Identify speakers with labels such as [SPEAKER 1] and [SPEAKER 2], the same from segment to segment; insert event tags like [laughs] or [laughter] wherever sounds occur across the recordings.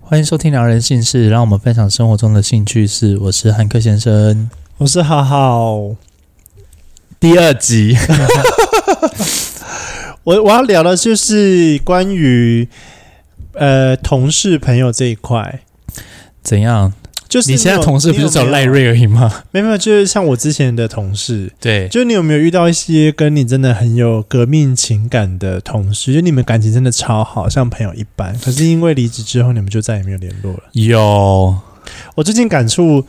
[SPEAKER 1] 欢迎收听《聊人性事》，让我们分享生活中的兴趣事。我是汉克先生，
[SPEAKER 2] 我是浩浩。
[SPEAKER 1] 第二集
[SPEAKER 2] [laughs] 我我要聊的就是关于呃同事朋友这一块，
[SPEAKER 1] 怎样？
[SPEAKER 2] 就是
[SPEAKER 1] 你现在
[SPEAKER 2] 有
[SPEAKER 1] 同事不是只有赖，瑞而已吗？
[SPEAKER 2] 你有没有没有没有，就是像我之前的同事，
[SPEAKER 1] 对，
[SPEAKER 2] 就你有没有遇到一些跟你真的很有革命情感的同事，就你们感情真的超好，像朋友一般，可是因为离职之后你们就再也没有联络了。
[SPEAKER 1] [laughs] 有
[SPEAKER 2] 我最近感触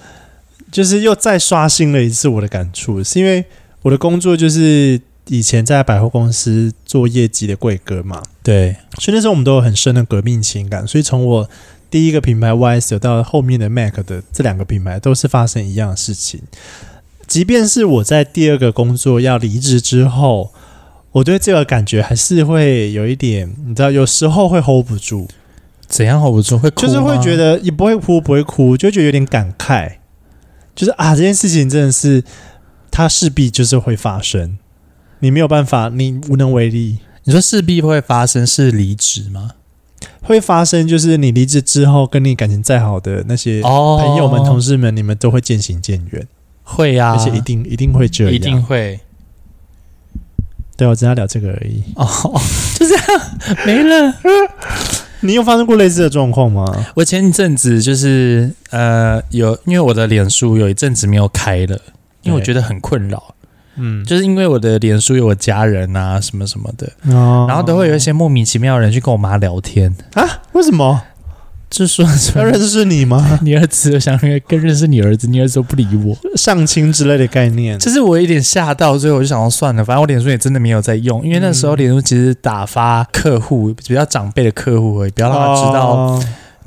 [SPEAKER 2] 就是又再刷新了一次我的感触，是因为我的工作就是以前在百货公司做业绩的柜哥嘛，
[SPEAKER 1] 对，
[SPEAKER 2] 所以那时候我们都有很深的革命情感，所以从我第一个品牌 YSL 到后面的 Mac 的这两个品牌都是发生一样的事情。即便是我在第二个工作要离职之后，我对这个感觉还是会有一点，你知道，有时候会 hold 不住，
[SPEAKER 1] 怎样 hold 不住会哭吗，
[SPEAKER 2] 就是会觉得也不会哭，不会哭，就觉得有点感慨，就是啊，这件事情真的是它势必就是会发生，你没有办法，你无能为力。
[SPEAKER 1] 你说势必会发生是离职吗？
[SPEAKER 2] 会发生，就是你离职之后，跟你感情再好的那些
[SPEAKER 1] 哦
[SPEAKER 2] 朋友们、同事们，你们都会渐行渐远，
[SPEAKER 1] 会呀、
[SPEAKER 2] 而且一定一定会啊这样。
[SPEAKER 1] 啊一定会
[SPEAKER 2] 对啊我只要聊这个而已。
[SPEAKER 1] 哦， [laughs] 就这样没了。
[SPEAKER 2] 你有发生过类似的状况吗？
[SPEAKER 1] 我前一阵子就是呃，有因为我的脸书有一阵子没有开了，因为我
[SPEAKER 2] 对
[SPEAKER 1] 觉得很困扰，
[SPEAKER 2] 嗯，
[SPEAKER 1] 就是因为我的脸书有我家人啊什么什么的，
[SPEAKER 2] 哦
[SPEAKER 1] 然后都会有一些莫名其妙的人去跟我妈聊天，
[SPEAKER 2] 啊？为什么
[SPEAKER 1] 就说什
[SPEAKER 2] 要
[SPEAKER 1] 么
[SPEAKER 2] [laughs] 认识你吗？
[SPEAKER 1] 你儿子，我想跟认识你儿子，你儿子都不理我，
[SPEAKER 2] 上亲之类的概念？
[SPEAKER 1] 就是我有点吓到，所以我就想说算了，反正我脸书也真的没有在用，因为那时候脸书其实打发客户比较长辈的客户而已，不要让他知道，
[SPEAKER 2] 哦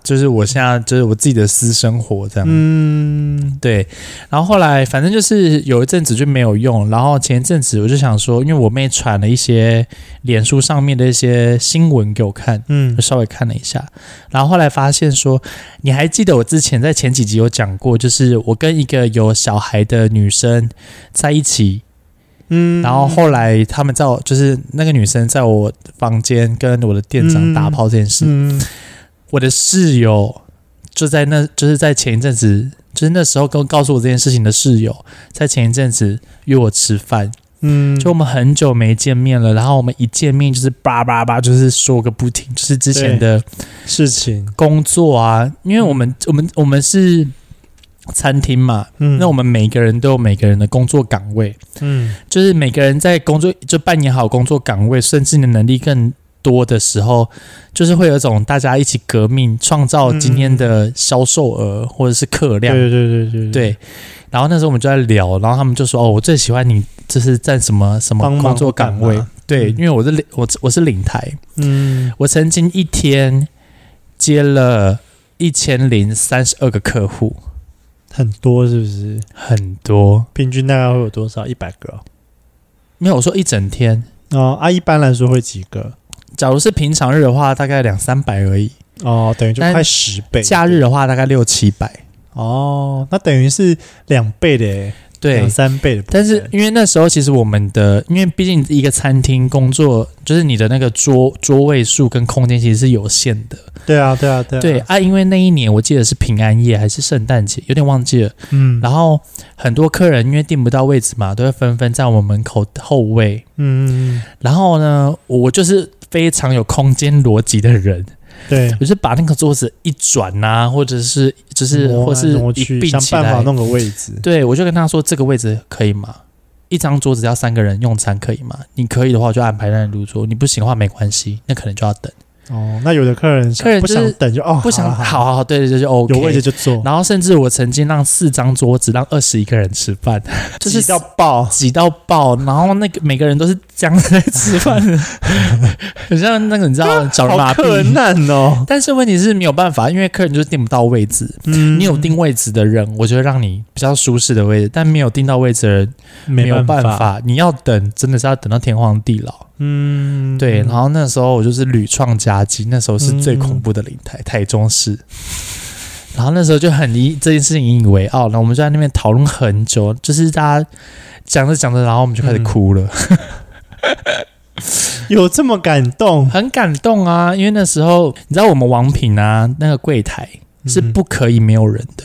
[SPEAKER 1] 就是我现在就是我自己的私生活这样。
[SPEAKER 2] 嗯，
[SPEAKER 1] 对，然后后来反正就是有一阵子就没有用，然后前一阵子我就想说，因为我妹传了一些脸书上面的一些新闻给我看，
[SPEAKER 2] 嗯
[SPEAKER 1] 就，稍微看了一下，然后后来发现说，你还记得我之前在前几集有讲过，就是我跟一个有小孩的女生在一起，
[SPEAKER 2] 嗯，
[SPEAKER 1] 然后后来他们在我就是那个女生在我房间跟我的店长打炮这件事，
[SPEAKER 2] 嗯，
[SPEAKER 1] 我的室友就在那就是在前一阵子，就是那时候跟告诉我这件事情的室友，在前一阵子约我吃饭，
[SPEAKER 2] 嗯，
[SPEAKER 1] 就我们很久没见面了，然后我们一见面就是叭叭叭，就是说个不停，就是之前的。
[SPEAKER 2] 事情，
[SPEAKER 1] 工作啊，因为我们我们我们是餐厅嘛，
[SPEAKER 2] 嗯，
[SPEAKER 1] 那我们每个人都有每个人的工作岗位，
[SPEAKER 2] 嗯，
[SPEAKER 1] 就是每个人在工作就扮演好工作岗位，甚至你的能力更多的时候，就是会有一种大家一起革命，创造今天的销售额或者是客
[SPEAKER 2] 对
[SPEAKER 1] 量。
[SPEAKER 2] 对对对对，
[SPEAKER 1] 对，然后那时候我们就在聊，然后他们就说：“哦，我最喜欢你，就是在什么什么
[SPEAKER 2] 帮忙
[SPEAKER 1] 工作岗位
[SPEAKER 2] 干嘛？”
[SPEAKER 1] 对，
[SPEAKER 2] 嗯
[SPEAKER 1] 因为我是领我我是领台，
[SPEAKER 2] 嗯，
[SPEAKER 1] 我曾经一天接了一千零三十二个客户，
[SPEAKER 2] 很多是不是？
[SPEAKER 1] 很多。
[SPEAKER 2] 平均大概会有多少？一百个哦
[SPEAKER 1] 没有我说一整天，
[SPEAKER 2] 哦啊，一般来说会几个
[SPEAKER 1] 假如是平常日的话，大概两三百而已；
[SPEAKER 2] 哦，等于就
[SPEAKER 1] 但
[SPEAKER 2] 快十倍。
[SPEAKER 1] 假日的哦话，大概六七百。
[SPEAKER 2] 哦，那等于是两倍的耶，
[SPEAKER 1] 对
[SPEAKER 2] 两，三倍的部分。
[SPEAKER 1] 但是因为那时候其实我们的，因为毕竟一个餐厅工作，就是你的那个桌桌位数跟空间其实是有限的。
[SPEAKER 2] 对啊，对啊，对啊，
[SPEAKER 1] 对啊，因为那一年我记得是平安夜还是圣诞节，有点忘记了。
[SPEAKER 2] 嗯，
[SPEAKER 1] 然后很多客人因为订不到位置嘛，都会纷纷在我们门口后位，
[SPEAKER 2] 嗯嗯，
[SPEAKER 1] 然后呢，我就是非常有空间逻辑的人，
[SPEAKER 2] 嗯对，
[SPEAKER 1] 我就把那个桌子一转呐、或者是就是
[SPEAKER 2] 挪来
[SPEAKER 1] 或是
[SPEAKER 2] 啊挪
[SPEAKER 1] 一
[SPEAKER 2] 去，
[SPEAKER 1] 并
[SPEAKER 2] 想
[SPEAKER 1] 起
[SPEAKER 2] 办法
[SPEAKER 1] 来，
[SPEAKER 2] 弄个位置。
[SPEAKER 1] 对我就跟他说这个位置可以吗？一张桌子要三个人用餐可以吗？你可以的话就安排那入桌，你不行的话没关系，那可能就要等，
[SPEAKER 2] 哦，那有的客人
[SPEAKER 1] 客人
[SPEAKER 2] 不
[SPEAKER 1] 就是
[SPEAKER 2] 想等就哦，
[SPEAKER 1] 不想
[SPEAKER 2] 好
[SPEAKER 1] 好
[SPEAKER 2] 啊
[SPEAKER 1] 好好，对对对，就 OK。
[SPEAKER 2] 有位置就坐，
[SPEAKER 1] 然后甚至我曾经让四张桌子让二十一个人吃饭，就是
[SPEAKER 2] 挤到爆。
[SPEAKER 1] 挤到爆，然后那个每个人都是这样在吃
[SPEAKER 2] [laughs]
[SPEAKER 1] 饭的，很像那个你知道找人
[SPEAKER 2] 好
[SPEAKER 1] 麻痹
[SPEAKER 2] 困难
[SPEAKER 1] [laughs]
[SPEAKER 2] 哦，
[SPEAKER 1] 但是问题是没有办法，因为客人就是订不到位置。
[SPEAKER 2] 嗯
[SPEAKER 1] 你有订位置的人，我就会让你比较舒适的位置；但没有订到位置的人，没
[SPEAKER 2] 嗯没
[SPEAKER 1] 有办
[SPEAKER 2] 法，
[SPEAKER 1] 法，你要等，真的是要等到天荒地老。
[SPEAKER 2] 嗯，
[SPEAKER 1] 对，然后那时候我就是屡创佳绩，那时候是最恐怖的领
[SPEAKER 2] 嗯
[SPEAKER 1] 台，台中市。然后那时候就很以这件事情引以为傲，然后我们就在那边讨论很久，
[SPEAKER 2] 嗯
[SPEAKER 1] 就是大家讲着讲着，然后我们就开始哭了。
[SPEAKER 2] 有这么感动？
[SPEAKER 1] 很感动啊，因为那时候你知道我们王品啊，那个柜台是不可以没有人的，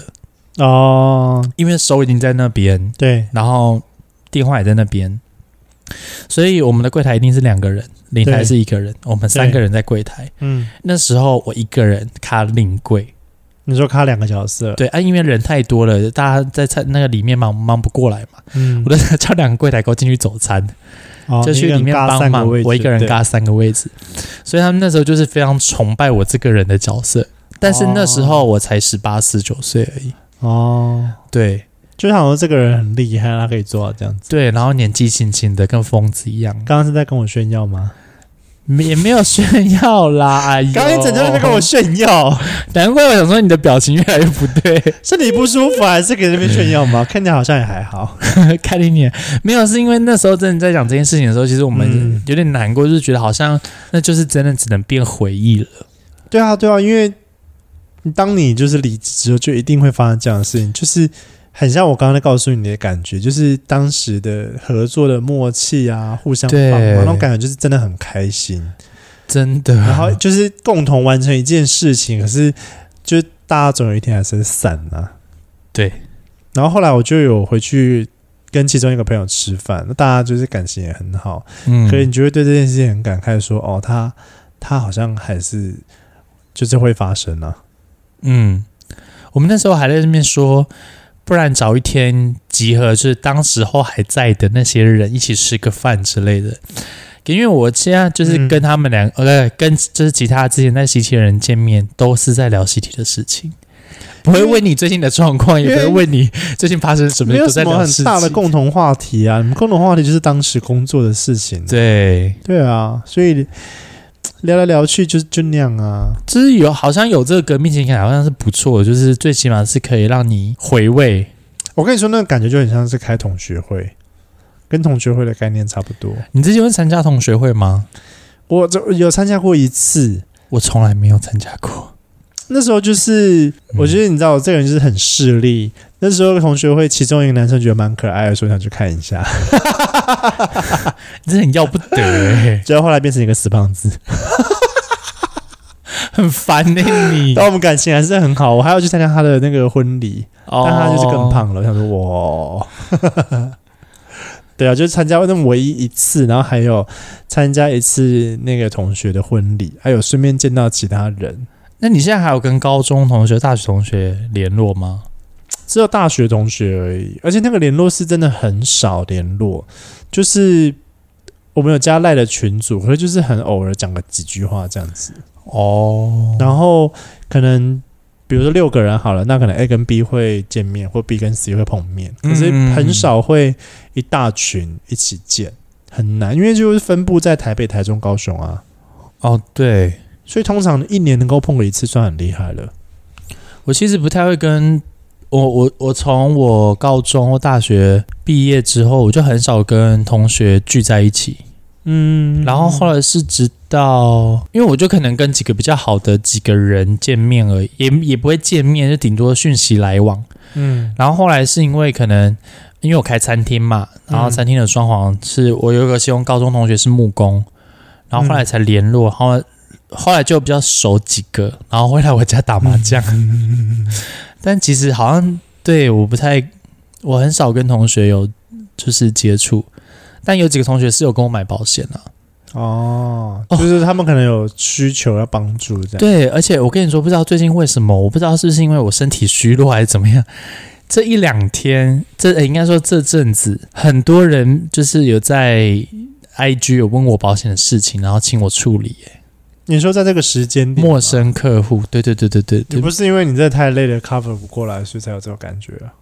[SPEAKER 2] 嗯哦，
[SPEAKER 1] 因为手已经在那边，
[SPEAKER 2] 对，
[SPEAKER 1] 然后电话也在那边，所以我们的柜台一定是两个人，领台
[SPEAKER 2] 对
[SPEAKER 1] 是一个人，我们三个人在柜台。
[SPEAKER 2] 嗯，
[SPEAKER 1] 那时候我一个人卡领柜，
[SPEAKER 2] 你说卡两个角色，
[SPEAKER 1] 对啊，因为人太多了，大家在餐那个里面忙忙不过来嘛，
[SPEAKER 2] 嗯
[SPEAKER 1] 我，都叫两个柜台给我进去走餐，
[SPEAKER 2] 哦
[SPEAKER 1] 就
[SPEAKER 2] 你一
[SPEAKER 1] 去
[SPEAKER 2] 个人
[SPEAKER 1] 里面
[SPEAKER 2] 尬
[SPEAKER 1] 帮
[SPEAKER 2] 三个
[SPEAKER 1] 忙，
[SPEAKER 2] 位置
[SPEAKER 1] 我一个人
[SPEAKER 2] 对
[SPEAKER 1] 嘎三个位置，所以他们那时候就是非常崇拜我这个人的角色。但是那时候我才十八十九岁而已，
[SPEAKER 2] 哦，
[SPEAKER 1] 对
[SPEAKER 2] 就想说这个人很厉害，他可以做到这样子。
[SPEAKER 1] 对，然后年纪轻轻的，跟疯子一样，
[SPEAKER 2] 刚刚是在跟我炫耀吗？
[SPEAKER 1] 没也没有炫耀啦。哎呦，
[SPEAKER 2] 刚刚一整就在跟我，炫耀，
[SPEAKER 1] 难怪我想说你的表情越来越不对。
[SPEAKER 2] 哦 [laughs] 是你不舒服还是给那边炫耀吗？看起来好像也还好。
[SPEAKER 1] 看一眼没有，是因为那时候真的在讲这件事情的时候，其实我们
[SPEAKER 2] 嗯
[SPEAKER 1] 有点难过，就是觉得好像那就是真的只能变回忆了。
[SPEAKER 2] 对啊，对啊，因为当你就是离职之后，就一定会发生这样的事情，就是很像我刚刚在告诉你的感觉，就是当时的合作的默契啊，互相帮
[SPEAKER 1] 对
[SPEAKER 2] 忙那种感觉，就是真的很开心。
[SPEAKER 1] 真的，[laughs]
[SPEAKER 2] 然后就是共同完成一件事情，可是就是大家总有一天还是会散啊。
[SPEAKER 1] 对，
[SPEAKER 2] 然后后来我就有回去跟其中一个朋友吃饭，那大家就是感情也很好，
[SPEAKER 1] 嗯
[SPEAKER 2] 可以你就会对这件事情很感慨说哦，他他好像还是就是会发生啊。
[SPEAKER 1] 嗯，我们那时候还在那边说，不然找一天集合，就是当时候还在的那些人一起吃个饭之类的。因为我现在就是
[SPEAKER 2] 嗯
[SPEAKER 1] 跟他们两个，呃，跟就是其他之前在习题的人见面，都是在聊习题的事情，不会
[SPEAKER 2] 因为
[SPEAKER 1] 问你最近的状况，也不会
[SPEAKER 2] 因为
[SPEAKER 1] 问你最近发生什么，
[SPEAKER 2] 没有
[SPEAKER 1] 都在
[SPEAKER 2] 什么
[SPEAKER 1] 聊
[SPEAKER 2] 很
[SPEAKER 1] 事
[SPEAKER 2] 大的
[SPEAKER 1] 情。
[SPEAKER 2] 共同话题啊，你们共同话题就是当时工作的事情。
[SPEAKER 1] 对，
[SPEAKER 2] 对啊，所以嘖聊来聊去就就那样啊。
[SPEAKER 1] 就是有好像有这个革命情感，好像是不错的，就是最起码是可以让你回味。
[SPEAKER 2] 我跟你说，那个感觉就很像是开同学会，跟同学会的概念差不多。
[SPEAKER 1] 你之前会参加同学会吗？
[SPEAKER 2] 我这有参加过一次，
[SPEAKER 1] 我从来没有参加过。 [laughs]
[SPEAKER 2] 那时
[SPEAKER 1] 嗯
[SPEAKER 2] 候就是我觉得你知道，我这个人就是很势利。那时候同学会其中一个男生觉得蛮可爱的，说想去看一下， [laughs]
[SPEAKER 1] 真的很要不得哎、
[SPEAKER 2] 结果后来变成一个死胖子。
[SPEAKER 1] [laughs] 很烦哎、 [laughs] 你。
[SPEAKER 2] 但我们感情还是很好，我还要去参加他的那个婚礼，
[SPEAKER 1] 哦
[SPEAKER 2] 但他就是更。胖了。我想说，哇， [laughs] 对啊，就是参加那么唯一一次，然后还有参加一次那个同学的婚礼，还有顺便见到其他人。
[SPEAKER 1] 那你现在还有跟高中同学、大学同学联络吗？
[SPEAKER 2] 只有大学同学而已，而且那个联络是真的很少联络，就是我们有加赖的群组，可是就是很偶尔讲个几句话这样子，
[SPEAKER 1] 哦，
[SPEAKER 2] 然后可能。比如说六个人好了，那可能 A 跟 B 会见面，或 B 跟 C 会碰面，可是
[SPEAKER 1] 嗯
[SPEAKER 2] 很少会一大群一起见，很难，因为就是分布在台北、台中、高雄啊，
[SPEAKER 1] 哦，对
[SPEAKER 2] 所以通常一年能够碰个一次算很厉害了。
[SPEAKER 1] 我其实不太会跟我我我从我高中或大学毕业之后，我就很少跟同学聚在一起。
[SPEAKER 2] 嗯
[SPEAKER 1] 然后后来是直到，因为我就可能跟几个比较好的几个人见面而已，也也不会见面，就顶多讯息来往。
[SPEAKER 2] 嗯
[SPEAKER 1] 然后后来是因为可能因为我开餐厅嘛，然后餐厅的装潢是我有一个西工高中同学是木工，然后后来才联络，然后后来就比较熟几个，然后会来我家打麻将。但其实好像对我不太，我很少跟同学有就是接触，但有几个同学是有跟我买保险啊。
[SPEAKER 2] 哦，就是他们可能有需求要帮助这样。
[SPEAKER 1] 对，而且我跟你说，不知道最近为什么，我不知道是不是因为我身体虚弱还是怎么样。这一两天，这、呃应该说这阵子，很多人就是有在 IG 有问我保险的事情，然后请我处理、欸
[SPEAKER 2] 你说在这个时间点吗
[SPEAKER 1] 陌，生客户。对对对对对
[SPEAKER 2] 你
[SPEAKER 1] 对，
[SPEAKER 2] 不是因为你这太累了 cover 不过来，所以才有这种感觉啊？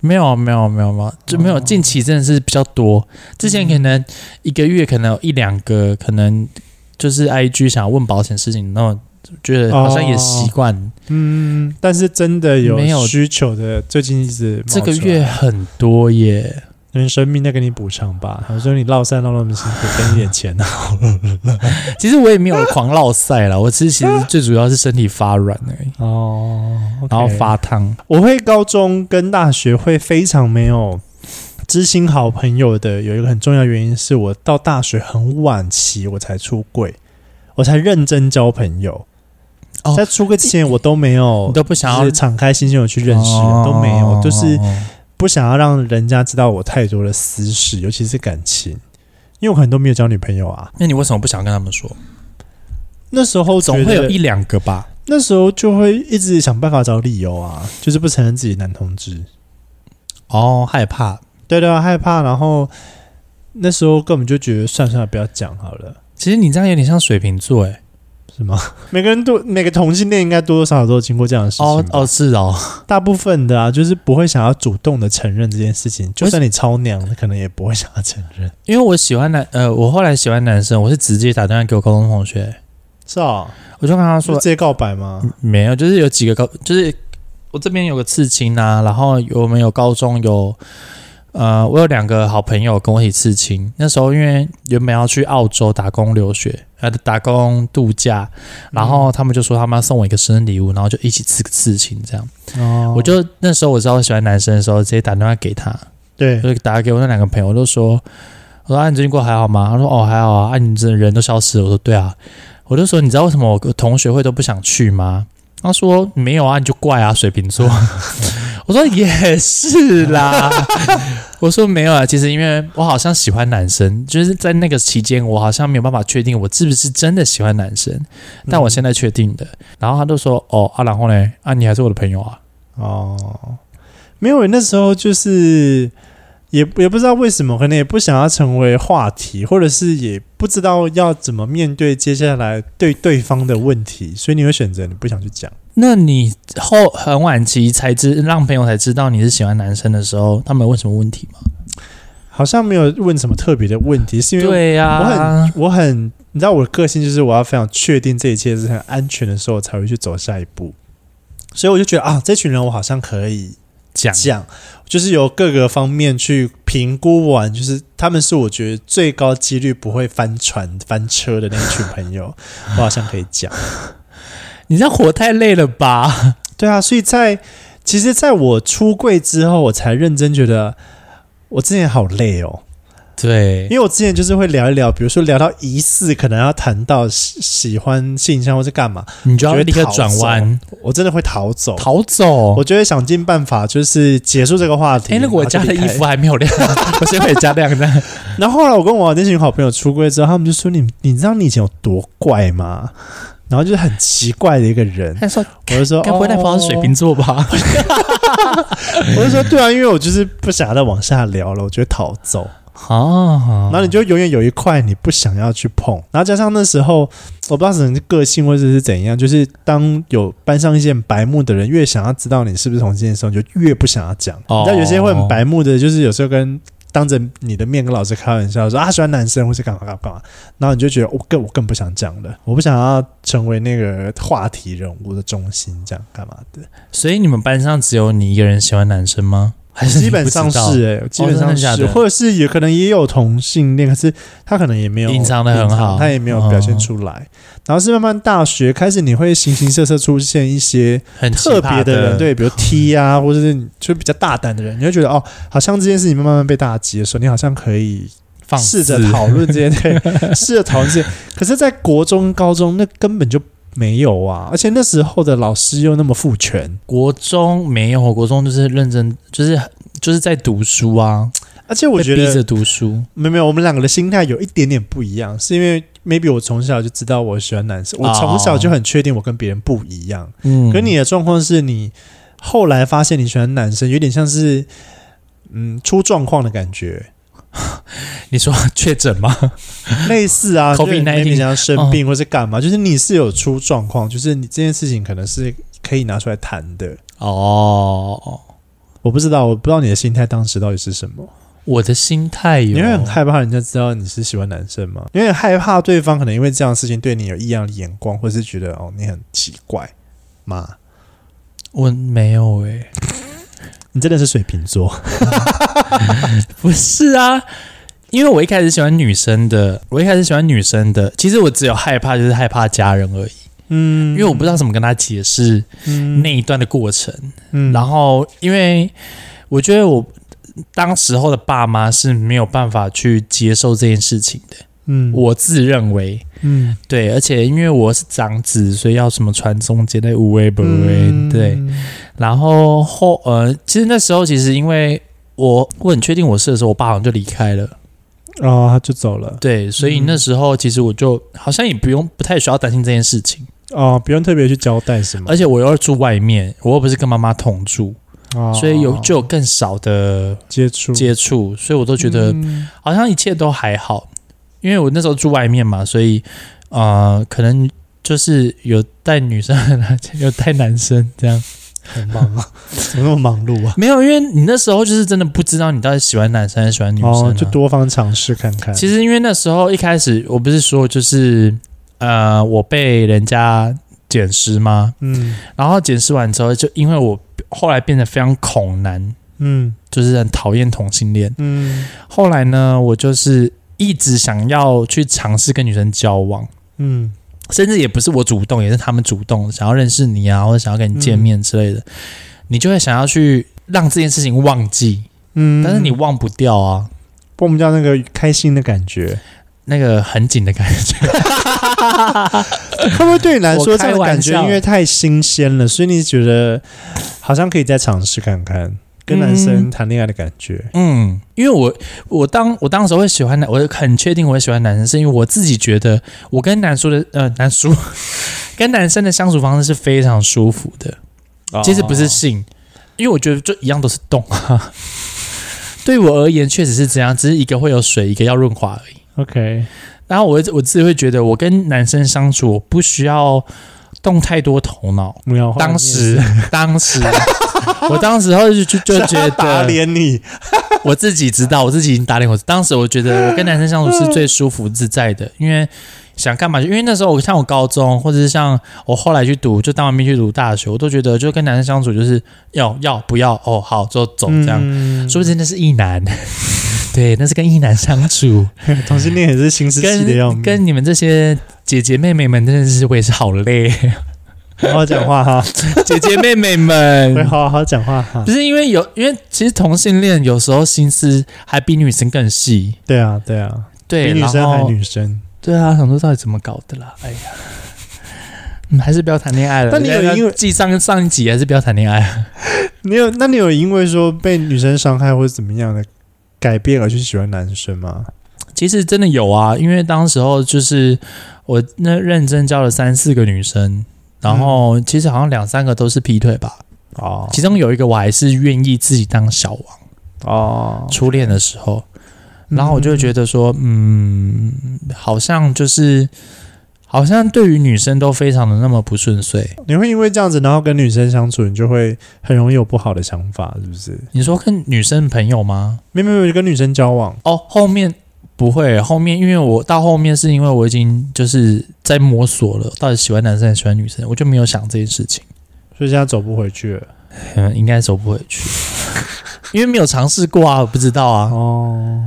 [SPEAKER 1] 没有没有没有没有，就没有。
[SPEAKER 2] 哦
[SPEAKER 1] 近期真的是比较多，之前可能一个月可能有一两个，可能就是 IG 想要问保险事情，那我觉得好像也习惯。
[SPEAKER 2] 嗯，但是真的有
[SPEAKER 1] 没有
[SPEAKER 2] 需求的，最近一直
[SPEAKER 1] 这个
[SPEAKER 2] 冒出来
[SPEAKER 1] 月很多耶。
[SPEAKER 2] 人生命再给你补偿
[SPEAKER 1] 啊
[SPEAKER 2] 吧。我说你落散落那么辛苦，给你点钱啊。 [laughs]
[SPEAKER 1] 其实我也没有狂落晒 [laughs] 啦，我其实其实最主要是身体发软而已，
[SPEAKER 2] 哦，
[SPEAKER 1] 然后，发烫。
[SPEAKER 2] 我会高中跟大学会非常没有知心好朋友的有一个很重要原因，是我到大学很晚期我才出柜，我才认真交朋友。
[SPEAKER 1] 哦
[SPEAKER 2] 在出柜之前，我都没有
[SPEAKER 1] 你都不想
[SPEAKER 2] 就
[SPEAKER 1] 要哦
[SPEAKER 2] 是敞开心胸的去认识人，都没有，就是不想要让人家知道我太多的私事，尤其是感情，因为我可能都没有交女朋友啊。
[SPEAKER 1] 那你为什么不想跟他们说？
[SPEAKER 2] 那时候
[SPEAKER 1] 总
[SPEAKER 2] 觉
[SPEAKER 1] 会有
[SPEAKER 2] 得
[SPEAKER 1] 一两个吧。
[SPEAKER 2] 那时候就会一直想办法找理由啊，就是不承认自己男同志。
[SPEAKER 1] 哦，害怕，
[SPEAKER 2] 对的、啊，害怕，然后那时候根本就觉得算了算了，不要讲好了，
[SPEAKER 1] 其实你这样有点像水瓶座哎。
[SPEAKER 2] 是吗？ [laughs] 每个人都每个同性恋应该多多少少都有经过这样的事情
[SPEAKER 1] 哦
[SPEAKER 2] 吧
[SPEAKER 1] 哦，是哦，
[SPEAKER 2] 大部分的啊，就是不会想要主动的承认这件事情，就算你超娘，可能也不会想要承认。
[SPEAKER 1] 因为我喜欢男呃，我后来喜欢男生，我是直接打电话给我高中同学，
[SPEAKER 2] 是哦，
[SPEAKER 1] 我就跟他
[SPEAKER 2] 是
[SPEAKER 1] 啊说
[SPEAKER 2] 直接告白吗？
[SPEAKER 1] 没有，就是有几个高，就是我这边有个刺青啊，然后有我们有高中有，呃，我有两个好朋友跟我一起刺青。那时候因为原本要去澳洲打工留学，呃，打工度假，然后他们就说他们要送我一个生日礼物，然后就一起刺个刺青这样。
[SPEAKER 2] 哦
[SPEAKER 1] 嗯我就那时候我知道我喜欢男生的时候，直接打电话给他，
[SPEAKER 2] 对
[SPEAKER 1] 我，就打给我那两个朋友，我就说，我说啊，你最近过得还好吗？他说哦还好啊，啊你这人都消失了。我说对啊，我就说你知道为什么我同学会都不想去吗？他说没有啊，你就怪啊，水瓶座。 [laughs] 我说也是啦，我说没有啊，其实因为我好像喜欢男生，就是在那个期间，我好像没有办法确定我是不是真的喜欢男生，但我现在确定的。然后他就说哦啊，然后呢啊，你还是我的朋友啊，
[SPEAKER 2] 哦，没有，那时候就是也也不知道为什么，可能也不想要成为话题，或者是也不知道要怎么面对接下来对对方的问题，所以你会选择你不想去讲。
[SPEAKER 1] 那你后很晚期才知让朋友才知道你是喜欢男生的时候，他们有问什么问题吗？
[SPEAKER 2] 好像没有问什么特别的问题，是因为
[SPEAKER 1] 对呀、啊
[SPEAKER 2] 我很我很，你知道我的个性就是我要非常确定这一切是很安全的时候，我才会去走下一步。所以我就觉得啊，这群人我好像可以
[SPEAKER 1] 讲
[SPEAKER 2] 讲，就是由各个方面去评估完，就是他们是我觉得最高几率不会翻船翻车的那一群朋 [laughs] 友，我好像可以讲。
[SPEAKER 1] 你这样活太累了
[SPEAKER 2] [laughs]
[SPEAKER 1] 吧？
[SPEAKER 2] 对啊，所以在其实，在我出柜之后，我才认真觉得我之前好累哦。
[SPEAKER 1] 对
[SPEAKER 2] 因，为我之前就是会聊一聊，比如说聊到疑似，可能要谈到喜喜欢性向或是干嘛，
[SPEAKER 1] 你就要立刻转弯
[SPEAKER 2] 我真的会逃走。
[SPEAKER 1] 逃走
[SPEAKER 2] 我。就会想尽办法，就是结束这个话题。
[SPEAKER 1] 哎、那个我家的
[SPEAKER 2] 然
[SPEAKER 1] 衣
[SPEAKER 2] 后就离开
[SPEAKER 1] 服还没有晾， [laughs] 我先回家晾的。
[SPEAKER 2] [laughs] 然后后来我跟我那群好朋友出柜之后，他们就说你你知道你以前有多怪吗？然后就是很奇怪的一个人，
[SPEAKER 1] 他说
[SPEAKER 2] 我就说
[SPEAKER 1] [laughs] 该不会那朋友是水瓶
[SPEAKER 2] 哦
[SPEAKER 1] 座吧？ [laughs]
[SPEAKER 2] 我就说对啊，因为我就是不想要再往下聊了，我觉得逃走。
[SPEAKER 1] 啊
[SPEAKER 2] 然后你就永远有一块你不想要去碰，然后加上那时候我不知道是人的个性或者是怎样，就是当有班上一些很白目的人越想要知道你是不是同性恋的时候，你就越不想要讲。
[SPEAKER 1] 哦
[SPEAKER 2] 你知道有些会很白目的，就是有时候跟当着你的面跟老师开玩笑说啊喜欢男生或是干嘛干嘛干嘛，然后你就觉得我更我更不想讲了，我不想要成为那个话题人物的中心，这样干嘛的？
[SPEAKER 1] 所以你们班上只有你一个人喜欢男生吗？还是你
[SPEAKER 2] 基本上
[SPEAKER 1] 不知道哦
[SPEAKER 2] 是哎、基本上是，
[SPEAKER 1] 真的假的
[SPEAKER 2] 或者是有可能也有同性恋，可是他可能也没有
[SPEAKER 1] 隐藏得很好哦
[SPEAKER 2] 隐藏他也没有表现出来。然后是慢慢大学开始，你会形形色色出现一些
[SPEAKER 1] 很奇
[SPEAKER 2] 特
[SPEAKER 1] 葩
[SPEAKER 2] 别的人，对，比如 T 啊，或者是就比较大胆的人，你会觉得哦，好像这件事情慢慢被大家接受，你好像可以
[SPEAKER 1] 放
[SPEAKER 2] 试着
[SPEAKER 1] 肆
[SPEAKER 2] 讨论这
[SPEAKER 1] [laughs]
[SPEAKER 2] 些，对，试着讨论这些。可是，在国中、高中，那根本就没有啊，而且那时候的老师又那么父权，
[SPEAKER 1] 国中没有，国中就是认真，就是就是在读书啊，
[SPEAKER 2] 而且我
[SPEAKER 1] 被
[SPEAKER 2] 觉
[SPEAKER 1] 逼
[SPEAKER 2] 得
[SPEAKER 1] 着读书。
[SPEAKER 2] 没有没有，我们两个的心态有一点点不一样，是因为 maybe 我从小就知道我喜欢男生，我
[SPEAKER 1] 哦
[SPEAKER 2] 从小就很确定我跟别人不一样。
[SPEAKER 1] 嗯
[SPEAKER 2] 可你的状况是你后来发现你喜欢男生，有点像是嗯出状况的感觉，
[SPEAKER 1] [laughs] 你说确诊吗？
[SPEAKER 2] [laughs]
[SPEAKER 1] 哦
[SPEAKER 2] 类
[SPEAKER 1] [laughs]
[SPEAKER 2] 似啊
[SPEAKER 1] COVID-19
[SPEAKER 2] 就是 maybe 你想要生病或是干嘛，就是你是有出状况，就是你这件事情可能是可以拿出来谈的。
[SPEAKER 1] 哦，
[SPEAKER 2] 我不知道，我不知道你的心态当时到底是什么。
[SPEAKER 1] 我的心态有，
[SPEAKER 2] 你会很害怕人家知道你是喜欢男生吗？因为害怕对方可能因为这样的事情对你有异样的眼光，或是觉得哦你很奇怪嘛？
[SPEAKER 1] 我没有欸诶、
[SPEAKER 2] 你真的是水瓶座，
[SPEAKER 1] 不是啊，因为我一开始喜欢女生的，我一开始喜欢女生的，其实我只有害怕，就是害怕家人而已，
[SPEAKER 2] 嗯
[SPEAKER 1] 因为我不知道怎么跟他解释
[SPEAKER 2] 嗯
[SPEAKER 1] 那一段的过程。
[SPEAKER 2] 嗯
[SPEAKER 1] 然后因为我觉得我当时候的爸妈是没有办法去接受这件事情的。
[SPEAKER 2] 嗯，
[SPEAKER 1] 我自认为
[SPEAKER 2] 嗯，
[SPEAKER 1] 对，而且因为我是长子，所以要什么传宗接代无微不微。
[SPEAKER 2] 嗯
[SPEAKER 1] 对，然后后呃，其实那时候其实因为我我很确定我是的时候，我爸好像就离开了。
[SPEAKER 2] 哦，他就走了，
[SPEAKER 1] 对，所以
[SPEAKER 2] 嗯
[SPEAKER 1] 那时候其实我就好像也不用不太需要担心这件事情，
[SPEAKER 2] 哦，不用特别去交代什么
[SPEAKER 1] 而，且我又住外面，我又不是跟妈妈同住，
[SPEAKER 2] 哦
[SPEAKER 1] 所以有就有更少的
[SPEAKER 2] 接触，
[SPEAKER 1] 接触，所以我都觉得
[SPEAKER 2] 嗯
[SPEAKER 1] 好像一切都还好，因为我那时候住外面嘛，所以呃，可能就是有带女生， [laughs] 有带男生这样。
[SPEAKER 2] 很忙啊， [laughs] 怎么那么忙碌啊？
[SPEAKER 1] 没有，因为你那时候就是真的不知道你到底喜欢男生还是喜欢女生、啊
[SPEAKER 2] 哦，就多方尝试看看。
[SPEAKER 1] 其实因为那时候一开始我不是说就是呃，我被人家捡尸吗？
[SPEAKER 2] 嗯
[SPEAKER 1] 然后捡尸完之后，就因为我后来变得非常恐男，
[SPEAKER 2] 嗯
[SPEAKER 1] 就是很讨厌同性恋。
[SPEAKER 2] 嗯
[SPEAKER 1] 后来呢，我就是一直想要去尝试跟女生交往。
[SPEAKER 2] 嗯
[SPEAKER 1] 甚至也不是我主动，也是他们主动想要认识你啊，或者想要跟你见面之类的，你就会想要去让这件事情忘记，
[SPEAKER 2] 嗯，
[SPEAKER 1] 但是你忘不掉啊，
[SPEAKER 2] 忘不掉那个开心的感觉，
[SPEAKER 1] 那个很紧的感觉。
[SPEAKER 2] 会不会对你来
[SPEAKER 1] 我
[SPEAKER 2] 说这
[SPEAKER 1] 开
[SPEAKER 2] 样的感
[SPEAKER 1] 玩
[SPEAKER 2] 觉
[SPEAKER 1] 笑
[SPEAKER 2] 因为太新鲜了，所以你觉得好像可以再尝试看看跟男生
[SPEAKER 1] 嗯
[SPEAKER 2] 谈恋爱的感觉？
[SPEAKER 1] 嗯，因为我我当我当时会喜欢男，我很确定我会喜欢男生，是因为我自己觉得我跟男叔的呃男叔 [laughs] 跟男生的相处方式是非常舒服的。
[SPEAKER 2] 哦
[SPEAKER 1] 其实不是性，因为我觉得就一样都是动啊。 [laughs] 对我而言确实是这样，只是一个会有水，一个要润滑而已。
[SPEAKER 2] OK，
[SPEAKER 1] 然后我我自己会觉得，我跟男生相处，我不需要动太多头脑。
[SPEAKER 2] 没有。
[SPEAKER 1] 当时，当时， [laughs] 我当时候就就就觉
[SPEAKER 2] 打
[SPEAKER 1] 得，
[SPEAKER 2] 脸你，
[SPEAKER 1] 我自己知道，我自己已经打脸我。当时我觉得，我跟男生相处是最舒服自在的，因为想干嘛就因为那时候我像我高中，或者是像我后来去读，就当完兵去读大学，我都觉得就跟男生相处就是要要不要哦，好就走这样。
[SPEAKER 2] 嗯
[SPEAKER 1] 说不定那是异男，对，那是跟异男相处。
[SPEAKER 2] 同性恋也是心思细的要
[SPEAKER 1] 跟
[SPEAKER 2] 命。
[SPEAKER 1] 跟你们这些姐姐妹妹们，真的是我也是好 [laughs] 累，
[SPEAKER 2] 好好讲
[SPEAKER 1] [laughs]
[SPEAKER 2] 话哈，
[SPEAKER 1] 姐姐妹妹
[SPEAKER 2] 会
[SPEAKER 1] 们。
[SPEAKER 2] 好好讲话哈
[SPEAKER 1] [laughs] 不。是因为有，因为其实同性恋有时候心思还比女生更细，
[SPEAKER 2] 对啊，对啊，
[SPEAKER 1] 对，
[SPEAKER 2] 比女生还
[SPEAKER 1] 然后
[SPEAKER 2] 女生。
[SPEAKER 1] 对啊，想说到底怎么搞的啦？哎呀， [laughs] 嗯，还是不要谈恋爱了。
[SPEAKER 2] 但你有
[SPEAKER 1] 要
[SPEAKER 2] 因为
[SPEAKER 1] 记上上一集还是不要谈恋爱啊？
[SPEAKER 2] 你有？那你有因为说被女生伤害或者怎么样的改变而去喜欢男生吗？
[SPEAKER 1] [laughs] 其实真的有啊，因为当时候就是我那认真交了三四个女生，然后其实好像两三个都是劈腿吧，
[SPEAKER 2] 哦
[SPEAKER 1] 其中有一个我还是愿意自己当小王。
[SPEAKER 2] 哦，
[SPEAKER 1] 初恋的时候，然后我就会觉得说，嗯，好像就是好像对于女生都非常的那么不顺遂。
[SPEAKER 2] 你会因为这样子，然后跟女生相处，你就会很容易有不好的想法，是不是？
[SPEAKER 1] 你说跟女生朋友吗？
[SPEAKER 2] 没有没有没有跟女生交往，
[SPEAKER 1] 哦，后面不会，后面因为我到后面是因为我已经就是在摸索了，到底喜欢男生还是喜欢女生，我就没有想这件事情，
[SPEAKER 2] 所以现在走不回去了。
[SPEAKER 1] 嗯，应该走不回去， [laughs] 因为没有尝试过啊，我不知道啊。
[SPEAKER 2] 哦，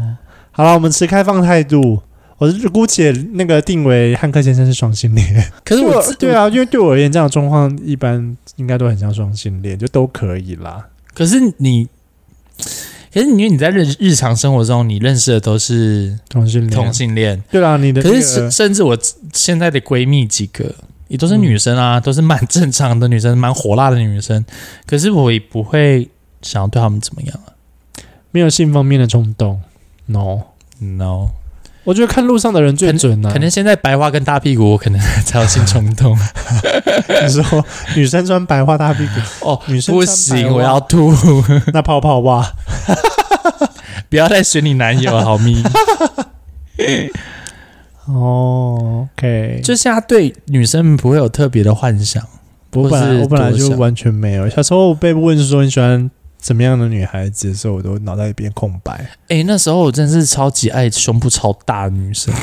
[SPEAKER 2] 好了，我们持开放态度。我是姑且那个定为汉克先生是双性恋，
[SPEAKER 1] 可是
[SPEAKER 2] 对
[SPEAKER 1] 我
[SPEAKER 2] 我
[SPEAKER 1] 自
[SPEAKER 2] 对，啊，因为对我而言，这样的状况一般应该都很像双性恋，就都可以啦。
[SPEAKER 1] 可是你。可是，因为你在日日常生活中，你认识的都是
[SPEAKER 2] 同性恋，
[SPEAKER 1] 同性恋，
[SPEAKER 2] 对啊啦，你的
[SPEAKER 1] 可
[SPEAKER 2] 那
[SPEAKER 1] 是
[SPEAKER 2] 个
[SPEAKER 1] 甚甚至我现在的闺蜜几个也都是女生啊，
[SPEAKER 2] 嗯
[SPEAKER 1] 都是蛮正常的女生，蛮火辣的女生。可是我也不会想要对她们怎么样啊。
[SPEAKER 2] 没有性方面的冲动，no。
[SPEAKER 1] No，
[SPEAKER 2] 我觉得看路上的人最准啊，
[SPEAKER 1] 可能现在白花跟大屁股，我可能才有性冲动。
[SPEAKER 2] 你说 [laughs] 女生穿白花大屁股，
[SPEAKER 1] [laughs] 哦，
[SPEAKER 2] 女生
[SPEAKER 1] 不
[SPEAKER 2] 穿白
[SPEAKER 1] 行，
[SPEAKER 2] 袜
[SPEAKER 1] 我要吐！
[SPEAKER 2] 那泡泡袜。
[SPEAKER 1] 不要再学你男友，好咪。
[SPEAKER 2] 哦，OK，
[SPEAKER 1] [laughs] 就是他对女生不会有特别的幻想，
[SPEAKER 2] 我本
[SPEAKER 1] 或
[SPEAKER 2] 来
[SPEAKER 1] 是
[SPEAKER 2] 我本来
[SPEAKER 1] 多
[SPEAKER 2] 就
[SPEAKER 1] 想
[SPEAKER 2] 完全没有。小时候被问说你喜欢怎么样的女孩子的时候，我都脑袋一片空白。
[SPEAKER 1] 哎、那时候我真的是超级爱胸部超大的女 [laughs] 生，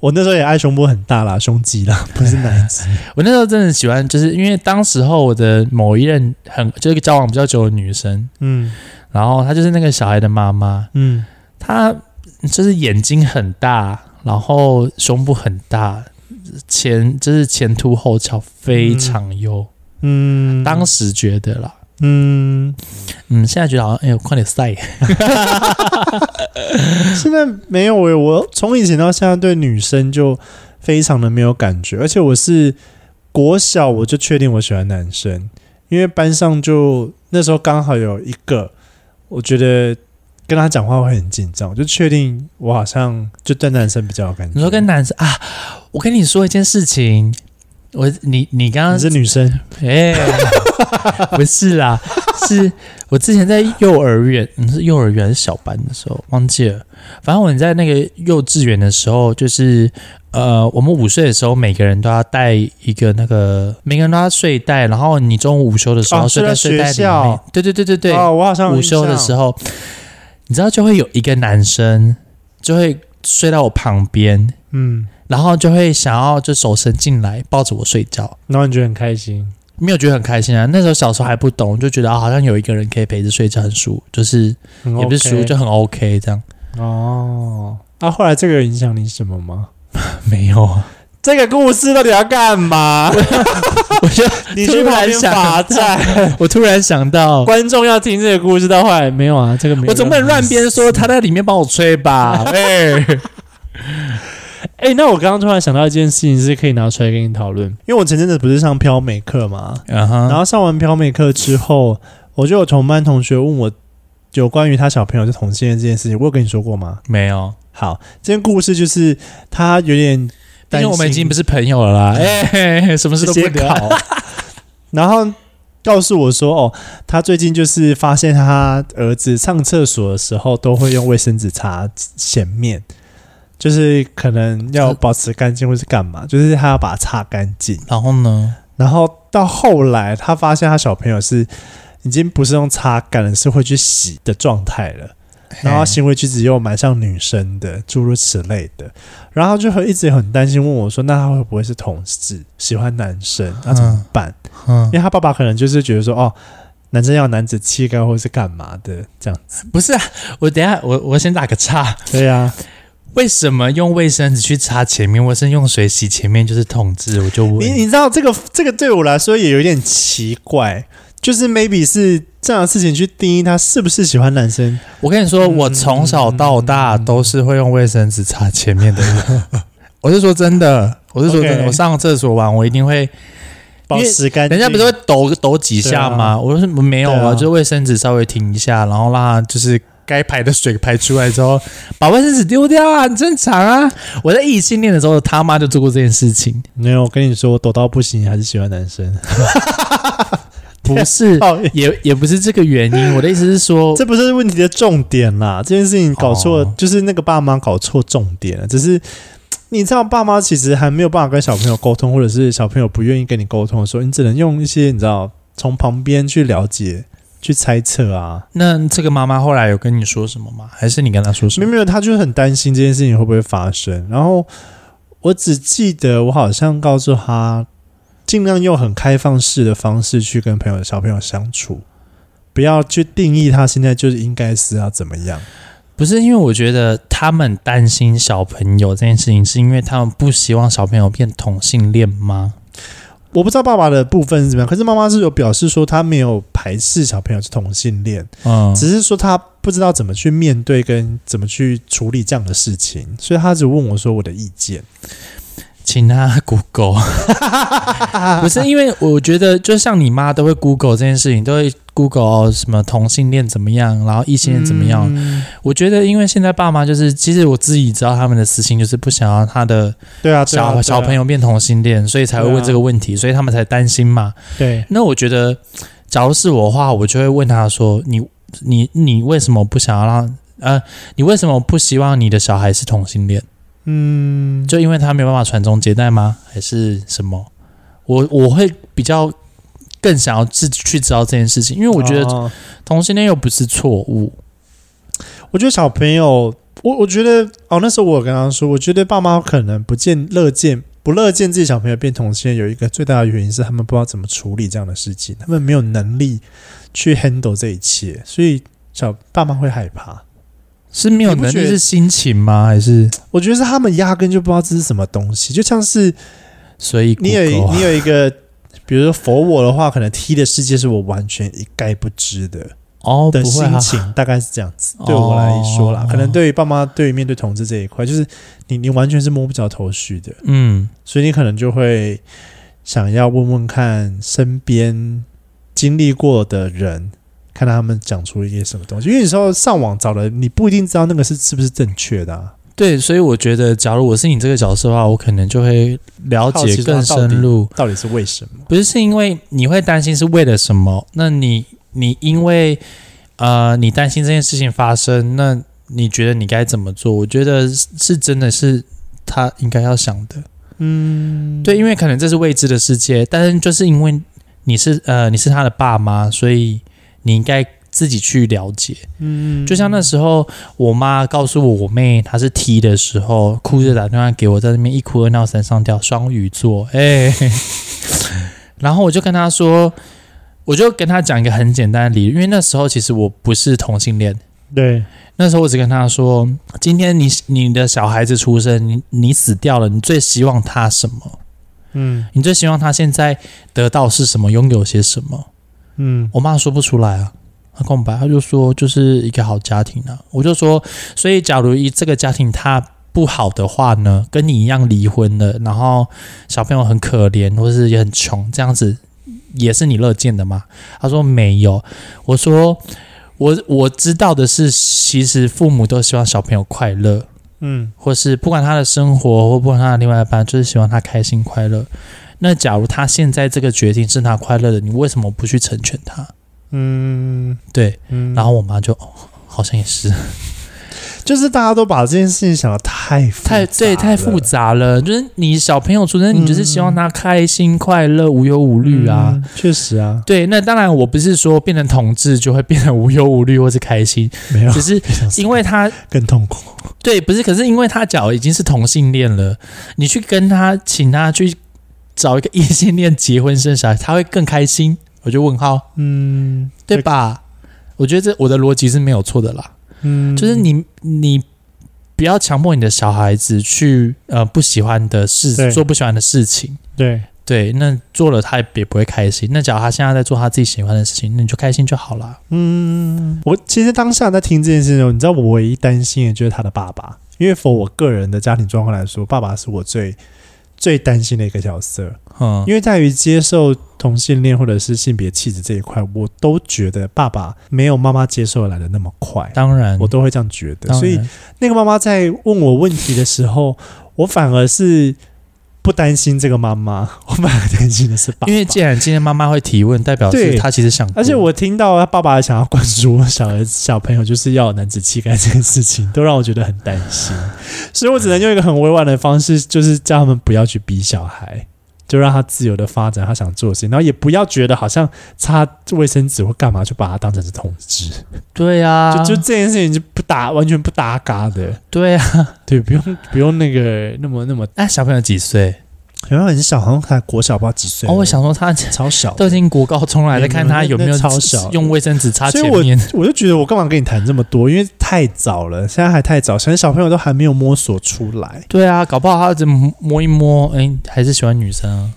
[SPEAKER 2] 我那时候也爱胸部很大啦，胸肌啦，不是奶子。
[SPEAKER 1] [laughs] 我那时候真的喜欢，就是因为当时候我的某一任很就是一个交往比较久的女生，
[SPEAKER 2] 嗯
[SPEAKER 1] 然后她就是那个小孩的妈妈，
[SPEAKER 2] 嗯，
[SPEAKER 1] 她就是眼睛很大，然后胸部很大，前就是前凸后翘，非常优。
[SPEAKER 2] 嗯，
[SPEAKER 1] 当时觉得啦，
[SPEAKER 2] 嗯，
[SPEAKER 1] 嗯，现在觉得好像哎呦，快点晒，
[SPEAKER 2] [laughs] 现在没有诶、我从以前到现在对女生就非常的没有感觉，而且我是国小我就确定我喜欢男生，因为班上就那时候刚好有一个，我觉得跟他讲话会很紧张，我就确定我好像就对男生比较有感觉。
[SPEAKER 1] 你说跟男生啊，我跟你说一件事情，我你你刚
[SPEAKER 2] 你
[SPEAKER 1] 刚
[SPEAKER 2] 是女生，
[SPEAKER 1] 哎、不是啦，是我之前在幼儿园，嗯，是幼儿园还是小班的时候忘记了。反正我们在那个幼稚园的时候，就是呃，我们午睡的时候，每个人都要带一个那个，每个人都要睡袋，然后你中午午休的时候
[SPEAKER 2] 哦
[SPEAKER 1] 睡在
[SPEAKER 2] 睡
[SPEAKER 1] 睡
[SPEAKER 2] 在
[SPEAKER 1] 袋
[SPEAKER 2] 学
[SPEAKER 1] 里面
[SPEAKER 2] 校。
[SPEAKER 1] 对对对对对，
[SPEAKER 2] 哦，我好像有
[SPEAKER 1] 午
[SPEAKER 2] 印
[SPEAKER 1] 休的
[SPEAKER 2] 象
[SPEAKER 1] 时候，你知道就会有一个男生就会睡到我旁边，
[SPEAKER 2] 嗯，
[SPEAKER 1] 然后就会想要就手伸进来抱着我睡觉。
[SPEAKER 2] 然后你觉得很开心，
[SPEAKER 1] 没有觉得很开心啊。那时候小时候还不懂，就觉得、啊好像有一个人可以陪着睡觉很舒服，就是
[SPEAKER 2] 很
[SPEAKER 1] 也不是舒服，
[SPEAKER 2] OK
[SPEAKER 1] 就很 OK 这样。 [laughs]
[SPEAKER 2] 哦。啊，后来这个有影响你什么吗？
[SPEAKER 1] 没有啊，
[SPEAKER 2] 这个故事到底要干嘛？
[SPEAKER 1] 我就
[SPEAKER 2] [laughs] 你去旁边罚站，
[SPEAKER 1] [laughs] 我突然想到，
[SPEAKER 2] [laughs] 观众要听这个故事到后来没有啊？这个没有。
[SPEAKER 1] 我总不能乱编说他在里面帮我吹吧？哎、
[SPEAKER 2] 啊 [laughs] 哎、那我刚刚突然想到一件事情，是可以拿出来跟你讨论。啊因为我前阵子不是上飘美课嘛，
[SPEAKER 1] 嗯
[SPEAKER 2] 然
[SPEAKER 1] 哼，
[SPEAKER 2] 后上完飘美课之后，我就有同班同学问我有关于他小朋友是同性恋这件事情，我有跟你说过吗？
[SPEAKER 1] 没有，
[SPEAKER 2] 好，这件故事就是他有点
[SPEAKER 1] 毕竟
[SPEAKER 2] 担心，
[SPEAKER 1] 我们已经不是朋友了啦。哎、
[SPEAKER 2] [laughs]
[SPEAKER 1] 什么事都不
[SPEAKER 2] 写
[SPEAKER 1] 聊。
[SPEAKER 2] 考，然后告诉我说，哦，他最近就是发现他儿子上厕所的时候都会用卫生纸擦前面，就是可能要保持干净或是干嘛，就是他要把它擦干净。
[SPEAKER 1] 然后呢？
[SPEAKER 2] 然后到后来，他发现他小朋友是已经不是用擦干了，是会去洗的状态了。然
[SPEAKER 1] 哎
[SPEAKER 2] 后行为举止又蛮像女生的，诸如此类的。然后就很一直很担心，问我说：“那他会不会是同志，喜欢男生？那怎么办？”
[SPEAKER 1] 嗯
[SPEAKER 2] 因，为他爸爸可能就是觉得说，哦，男生要有男子气概或者是干嘛的这样子。
[SPEAKER 1] 不是啊，我等一下我我先打个岔。
[SPEAKER 2] 对啊呀、
[SPEAKER 1] 为什么用卫生纸去擦前面，或是用水洗前面就是统治？我就问
[SPEAKER 2] 你你知道这个这个对我来说也有点奇怪，就是 maybe 是这样的事情去定义他是不是喜欢男生。
[SPEAKER 1] 我跟你说，我从小到大都是会用卫生纸擦前面的人。
[SPEAKER 2] [laughs]
[SPEAKER 1] 我是说真的，我是说真的
[SPEAKER 2] OK
[SPEAKER 1] 我上厕所完我一定会，
[SPEAKER 2] 保持干净，
[SPEAKER 1] 人家不是会抖抖几下吗？
[SPEAKER 2] 对啊
[SPEAKER 1] 我说没有
[SPEAKER 2] 对
[SPEAKER 1] 啊，
[SPEAKER 2] 啊
[SPEAKER 1] 就是卫生纸稍微停一下，然后让它就是该排的水排出来之后，把卫生纸丢掉啊，很正常啊。我在异性恋的时候，他妈就做过这件事情，
[SPEAKER 2] 没有？我跟你说，我抖到不行，还是喜欢
[SPEAKER 1] [laughs]
[SPEAKER 2] 男生。
[SPEAKER 1] 不
[SPEAKER 2] [laughs]
[SPEAKER 1] 是，
[SPEAKER 2] 哦，
[SPEAKER 1] 也也不是这个原因。我的意思是说，
[SPEAKER 2] 这不是问题的重点啦，这件事情搞错，
[SPEAKER 1] 哦
[SPEAKER 2] 就是那个爸妈搞错重点了，只是。你知道，爸妈其实还没有办法跟小朋友沟通，或者是小朋友不愿意跟你沟通的时候，你只能用一些你知道从旁边去了解、去猜测啊。
[SPEAKER 1] 那这个妈妈后来有跟你说什么吗？还是你跟她说什
[SPEAKER 2] 没有
[SPEAKER 1] 么？
[SPEAKER 2] 没有，他就是很担心这件事情会不会发生。然后我只记得我好像告诉他，尽量用很开放式的方式去跟朋友小朋友相处，不要去定义他现在就是应该是要怎么样。
[SPEAKER 1] 不是因为我觉得他们担心小朋友这件事情，是因为他们不希望小朋友变同性恋吗？
[SPEAKER 2] 我不知道爸爸的部分是怎么样，可是妈妈是有表示说她没有排斥小朋友是同性恋，
[SPEAKER 1] 嗯，
[SPEAKER 2] 只是说她不知道怎么去面对跟怎么去处理这样的事情，所以她只问我说我的意见。
[SPEAKER 1] 请他 Google，不是因为我觉得，就像你妈都会 Google 这件事情，都会 Google 哦什么同性恋怎么样，然后异性恋怎么样。
[SPEAKER 2] 嗯
[SPEAKER 1] 我觉得，因为现在爸妈就是，其实我自己知道他们的私心就是不想要他的
[SPEAKER 2] 对啊，对
[SPEAKER 1] 小、
[SPEAKER 2] 啊对啊
[SPEAKER 1] 小朋友变同性恋，所以才会问这个问题，所以他们才担心嘛。
[SPEAKER 2] 对，
[SPEAKER 1] 那我觉得，假如是我的话，我就会问他说：“你你你为什么不想要让呃，你为什么不希望你的小孩是同性恋？
[SPEAKER 2] 嗯，
[SPEAKER 1] 就因为他没有办法传宗接代吗？还是什么？我我会比较更想要自己去知道这件事情，因为我觉得
[SPEAKER 2] 哦
[SPEAKER 1] 同性恋又不是错误。
[SPEAKER 2] 我觉得小朋友，我我觉得哦，那时候我有跟他说，我觉得爸妈可能不见乐见。不乐见自己小朋友变同性恋，有一个最大的原因是他们不知道怎么处理这样的事情，他们没有能力去 handle 这一切，所以小爸妈会害怕。
[SPEAKER 1] 是没有
[SPEAKER 2] 你不
[SPEAKER 1] 能
[SPEAKER 2] 觉
[SPEAKER 1] 力
[SPEAKER 2] 得
[SPEAKER 1] 是心情吗？还是
[SPEAKER 2] 我觉得是他们压根就不知道这是什么东西，就像是
[SPEAKER 1] 随意
[SPEAKER 2] 你有
[SPEAKER 1] Google 啊
[SPEAKER 2] 你有一个比如说佛我的话，可能 T 的世界是我完全一概不知的
[SPEAKER 1] 哦，
[SPEAKER 2] 的
[SPEAKER 1] 不会
[SPEAKER 2] 心
[SPEAKER 1] 啊，
[SPEAKER 2] 情，大概是这样子。对我来说啦，
[SPEAKER 1] 哦
[SPEAKER 2] 可能对于爸妈，对于面对同志这一块，就是你你完全是摸不着头绪的，
[SPEAKER 1] 嗯，
[SPEAKER 2] 所以你可能就会想要问问看身边经历过的人，看他们讲出一些什么东西。因为有时候上网找了，你不一定知道那个是是不是正确的、啊。
[SPEAKER 1] 对，所以我觉得，假如我是你这个角色的话，我可能就会了
[SPEAKER 2] 好奇
[SPEAKER 1] 解
[SPEAKER 2] 他
[SPEAKER 1] 更
[SPEAKER 2] 到底
[SPEAKER 1] 深入，
[SPEAKER 2] 到底是为什么？
[SPEAKER 1] 不是是因为你会担心是为了什么？那你你因为呃，你担心这件事情发生，那你觉得你该怎么做？我觉得是是真的是他应该要想的，
[SPEAKER 2] 嗯，
[SPEAKER 1] 对，因为可能这是未知的世界，但是就是因为你是呃你是他的爸妈，所以你应该自己去了解。
[SPEAKER 2] 嗯，
[SPEAKER 1] 就像那时候我妈告诉我我妹她是 T 的时候，哭着打电话给我，在那边一哭二闹三上吊，双鱼座，哎、然后我就跟她说，我就跟她讲一个很简单的理由，因为那时候其实我不是同性恋，
[SPEAKER 2] 对，
[SPEAKER 1] 那时候我只跟她说，今天你你的小孩子出生，你你死掉了，你最希望他什么？
[SPEAKER 2] 嗯
[SPEAKER 1] 你最希望他现在得到是什么，拥有些什么？
[SPEAKER 2] 嗯
[SPEAKER 1] 我妈说不出来啊，她空白，她就说就是一个好家庭啊。我就说，所以假如一这个家庭它不好的话呢，跟你一样离婚了，然后小朋友很可怜，或是也很穷，这样子也是你乐见的吗？她说没有。我说我我知道的是，其实父母都希望小朋友快乐，
[SPEAKER 2] 嗯
[SPEAKER 1] 或是不管他的生活或不管他的另外一半，就是希望他开心快乐。那假如他现在这个决定是他快乐的，你为什么不去成全他？
[SPEAKER 2] 嗯
[SPEAKER 1] 对，
[SPEAKER 2] 嗯，
[SPEAKER 1] 然后我妈就、哦、好像也是
[SPEAKER 2] 就是大家都把这件事情想的太复杂
[SPEAKER 1] 太对太复杂了，就是你小朋友出生，你就是希望他开心、快乐、无忧无虑啊。，
[SPEAKER 2] 嗯确实啊，
[SPEAKER 1] 对，那当然我不是说变成同志就会变得无忧无虑或是开 [laughs] 心，
[SPEAKER 2] 没有
[SPEAKER 1] 只是因为他
[SPEAKER 2] 更痛苦。
[SPEAKER 1] 对不是，可是因为他假如已经是同性恋了，你去跟他请他去找一个异性恋结婚生小孩，他会更开心。我就问号，
[SPEAKER 2] 嗯，
[SPEAKER 1] 对吧？我觉得这我的逻辑是没有错的啦。
[SPEAKER 2] 嗯，
[SPEAKER 1] 就是你你不要强迫你的小孩子去呃不喜欢的事
[SPEAKER 2] 对
[SPEAKER 1] 做不喜欢的事情。
[SPEAKER 2] 对，
[SPEAKER 1] 对，那做了他也不会开心。那假如他现在在做他自己喜欢的事情，那你就开心就好了。
[SPEAKER 2] 嗯，我其实当下在听这件事情的时候，你知道我唯一担心的就是他的爸爸，因为 for 我个人的家庭状况来说，爸爸是我最最担心的一个角色，
[SPEAKER 1] 嗯，
[SPEAKER 2] 因为在于接受同性恋或者是性别气质这一块，我都觉得爸爸没有妈妈接受来的那么快，
[SPEAKER 1] 当然，
[SPEAKER 2] 我都会这样觉得，
[SPEAKER 1] 当
[SPEAKER 2] 所以
[SPEAKER 1] 然
[SPEAKER 2] 那个妈妈在问我问题的时候，我反而是不担心这个妈妈，我反而担心的是爸爸。
[SPEAKER 1] 因为既然今天妈妈会提问，代表是
[SPEAKER 2] 对
[SPEAKER 1] 她其实想过，
[SPEAKER 2] 而且我听到他爸爸想要灌输我小儿子小朋友就是要有男子气概这件事情，都让我觉得很担心，所以我只能用一个很委婉的方式，就是叫他们不要去逼小孩，就让他自由的发展他想做的事情，然后也不要觉得好像擦卫生纸或干嘛就把他当成是同志，
[SPEAKER 1] 对啊，
[SPEAKER 2] 就就这件事情就不搭，完全不搭嘎的，
[SPEAKER 1] [laughs] 对啊。
[SPEAKER 2] 对，不用不用那个那么那么
[SPEAKER 1] 那、小朋友几岁？
[SPEAKER 2] 好像很小，好像才国小，不知道几岁。
[SPEAKER 1] 哦，我想说他 [laughs]
[SPEAKER 2] 超小的，
[SPEAKER 1] 都已经国高中了，还在看他有没
[SPEAKER 2] 那
[SPEAKER 1] 有
[SPEAKER 2] 那超小的
[SPEAKER 1] 用卫生纸擦
[SPEAKER 2] 所
[SPEAKER 1] 前
[SPEAKER 2] 以
[SPEAKER 1] 面。 [laughs]
[SPEAKER 2] 我就觉得我干嘛跟你谈这么多，因为太早了，现在还太早，现在小朋友都还没有摸索出来。
[SPEAKER 1] 对啊，搞不好他只摸一摸，哎、还是喜欢女生啊。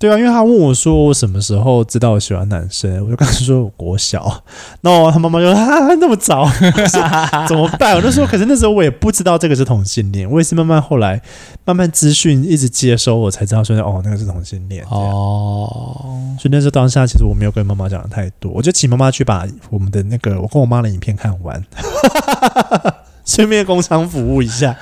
[SPEAKER 2] 对啊，因为他问我说我什么时候知道我喜欢男生，我就跟他说我国小， [laughs] 然后他妈妈就啊那么早，我说怎么办？我就说，可是那时候我也不知道这个是同性恋，我也是慢慢后来慢慢资讯一直接收，我才知道说哦那个是同性恋。哦，
[SPEAKER 1] 哦，
[SPEAKER 2] 所以那时候当下其实我没有跟妈妈讲的太多，我就请妈妈去把我们的那个我跟我妈的影片看完， [laughs] 顺便工商服务一下。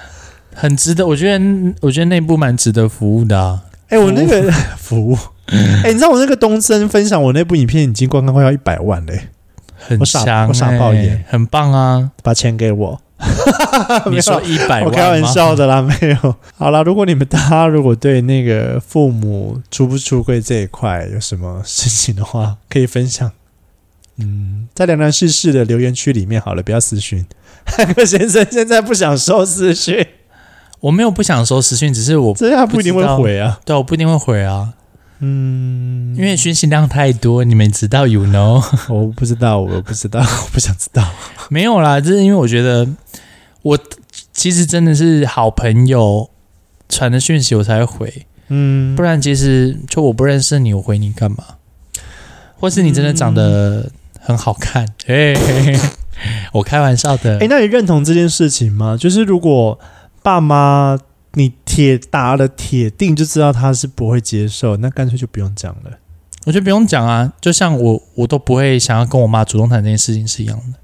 [SPEAKER 1] 很值得，我觉得，我觉得那部蛮值得服务的、啊。
[SPEAKER 2] 哎、我那个 [laughs] 服务，哎、你知道我那个东升分享我那部影片已经观看快要一百万嘞、
[SPEAKER 1] 很
[SPEAKER 2] 我傻
[SPEAKER 1] 香、欸，
[SPEAKER 2] 我傻爆眼，
[SPEAKER 1] 很棒
[SPEAKER 2] [laughs]
[SPEAKER 1] 啊！
[SPEAKER 2] 把钱给我。
[SPEAKER 1] 你说一百万吗
[SPEAKER 2] 我开玩笑的啦，没有。好啦，如果你们大家如果对那个父母出不出柜这一块有什么事情的话，可以分享。嗯，在凉凉世事的留言区里面好了，不要私讯。 [laughs] 汉克先生现在不想收私讯，
[SPEAKER 1] 我没有不想收私讯，只是我
[SPEAKER 2] 这下不一定会回啊。
[SPEAKER 1] 对我不一定会回啊，
[SPEAKER 2] 嗯，
[SPEAKER 1] 因为讯息量太多，你们知道，you know， [laughs]
[SPEAKER 2] 我不知道，我不知道，我不想知道。
[SPEAKER 1] 没有啦，就是因为我觉得我其实真的是好朋友传的讯息我才会回，
[SPEAKER 2] 嗯，
[SPEAKER 1] 不然其实就我不认识你，我回你干嘛？或是你真的长
[SPEAKER 2] 嗯
[SPEAKER 1] 得很好看？哎、嘿嘿嘿我开玩笑的。
[SPEAKER 2] 哎、那你认同这件事情吗？就是如果爸妈你铁打了铁定就知道他是不会接受，那干脆就不用讲了。
[SPEAKER 1] 我觉得不用讲啊，就像我我都不会想要跟我妈主动谈这件事情是一样的。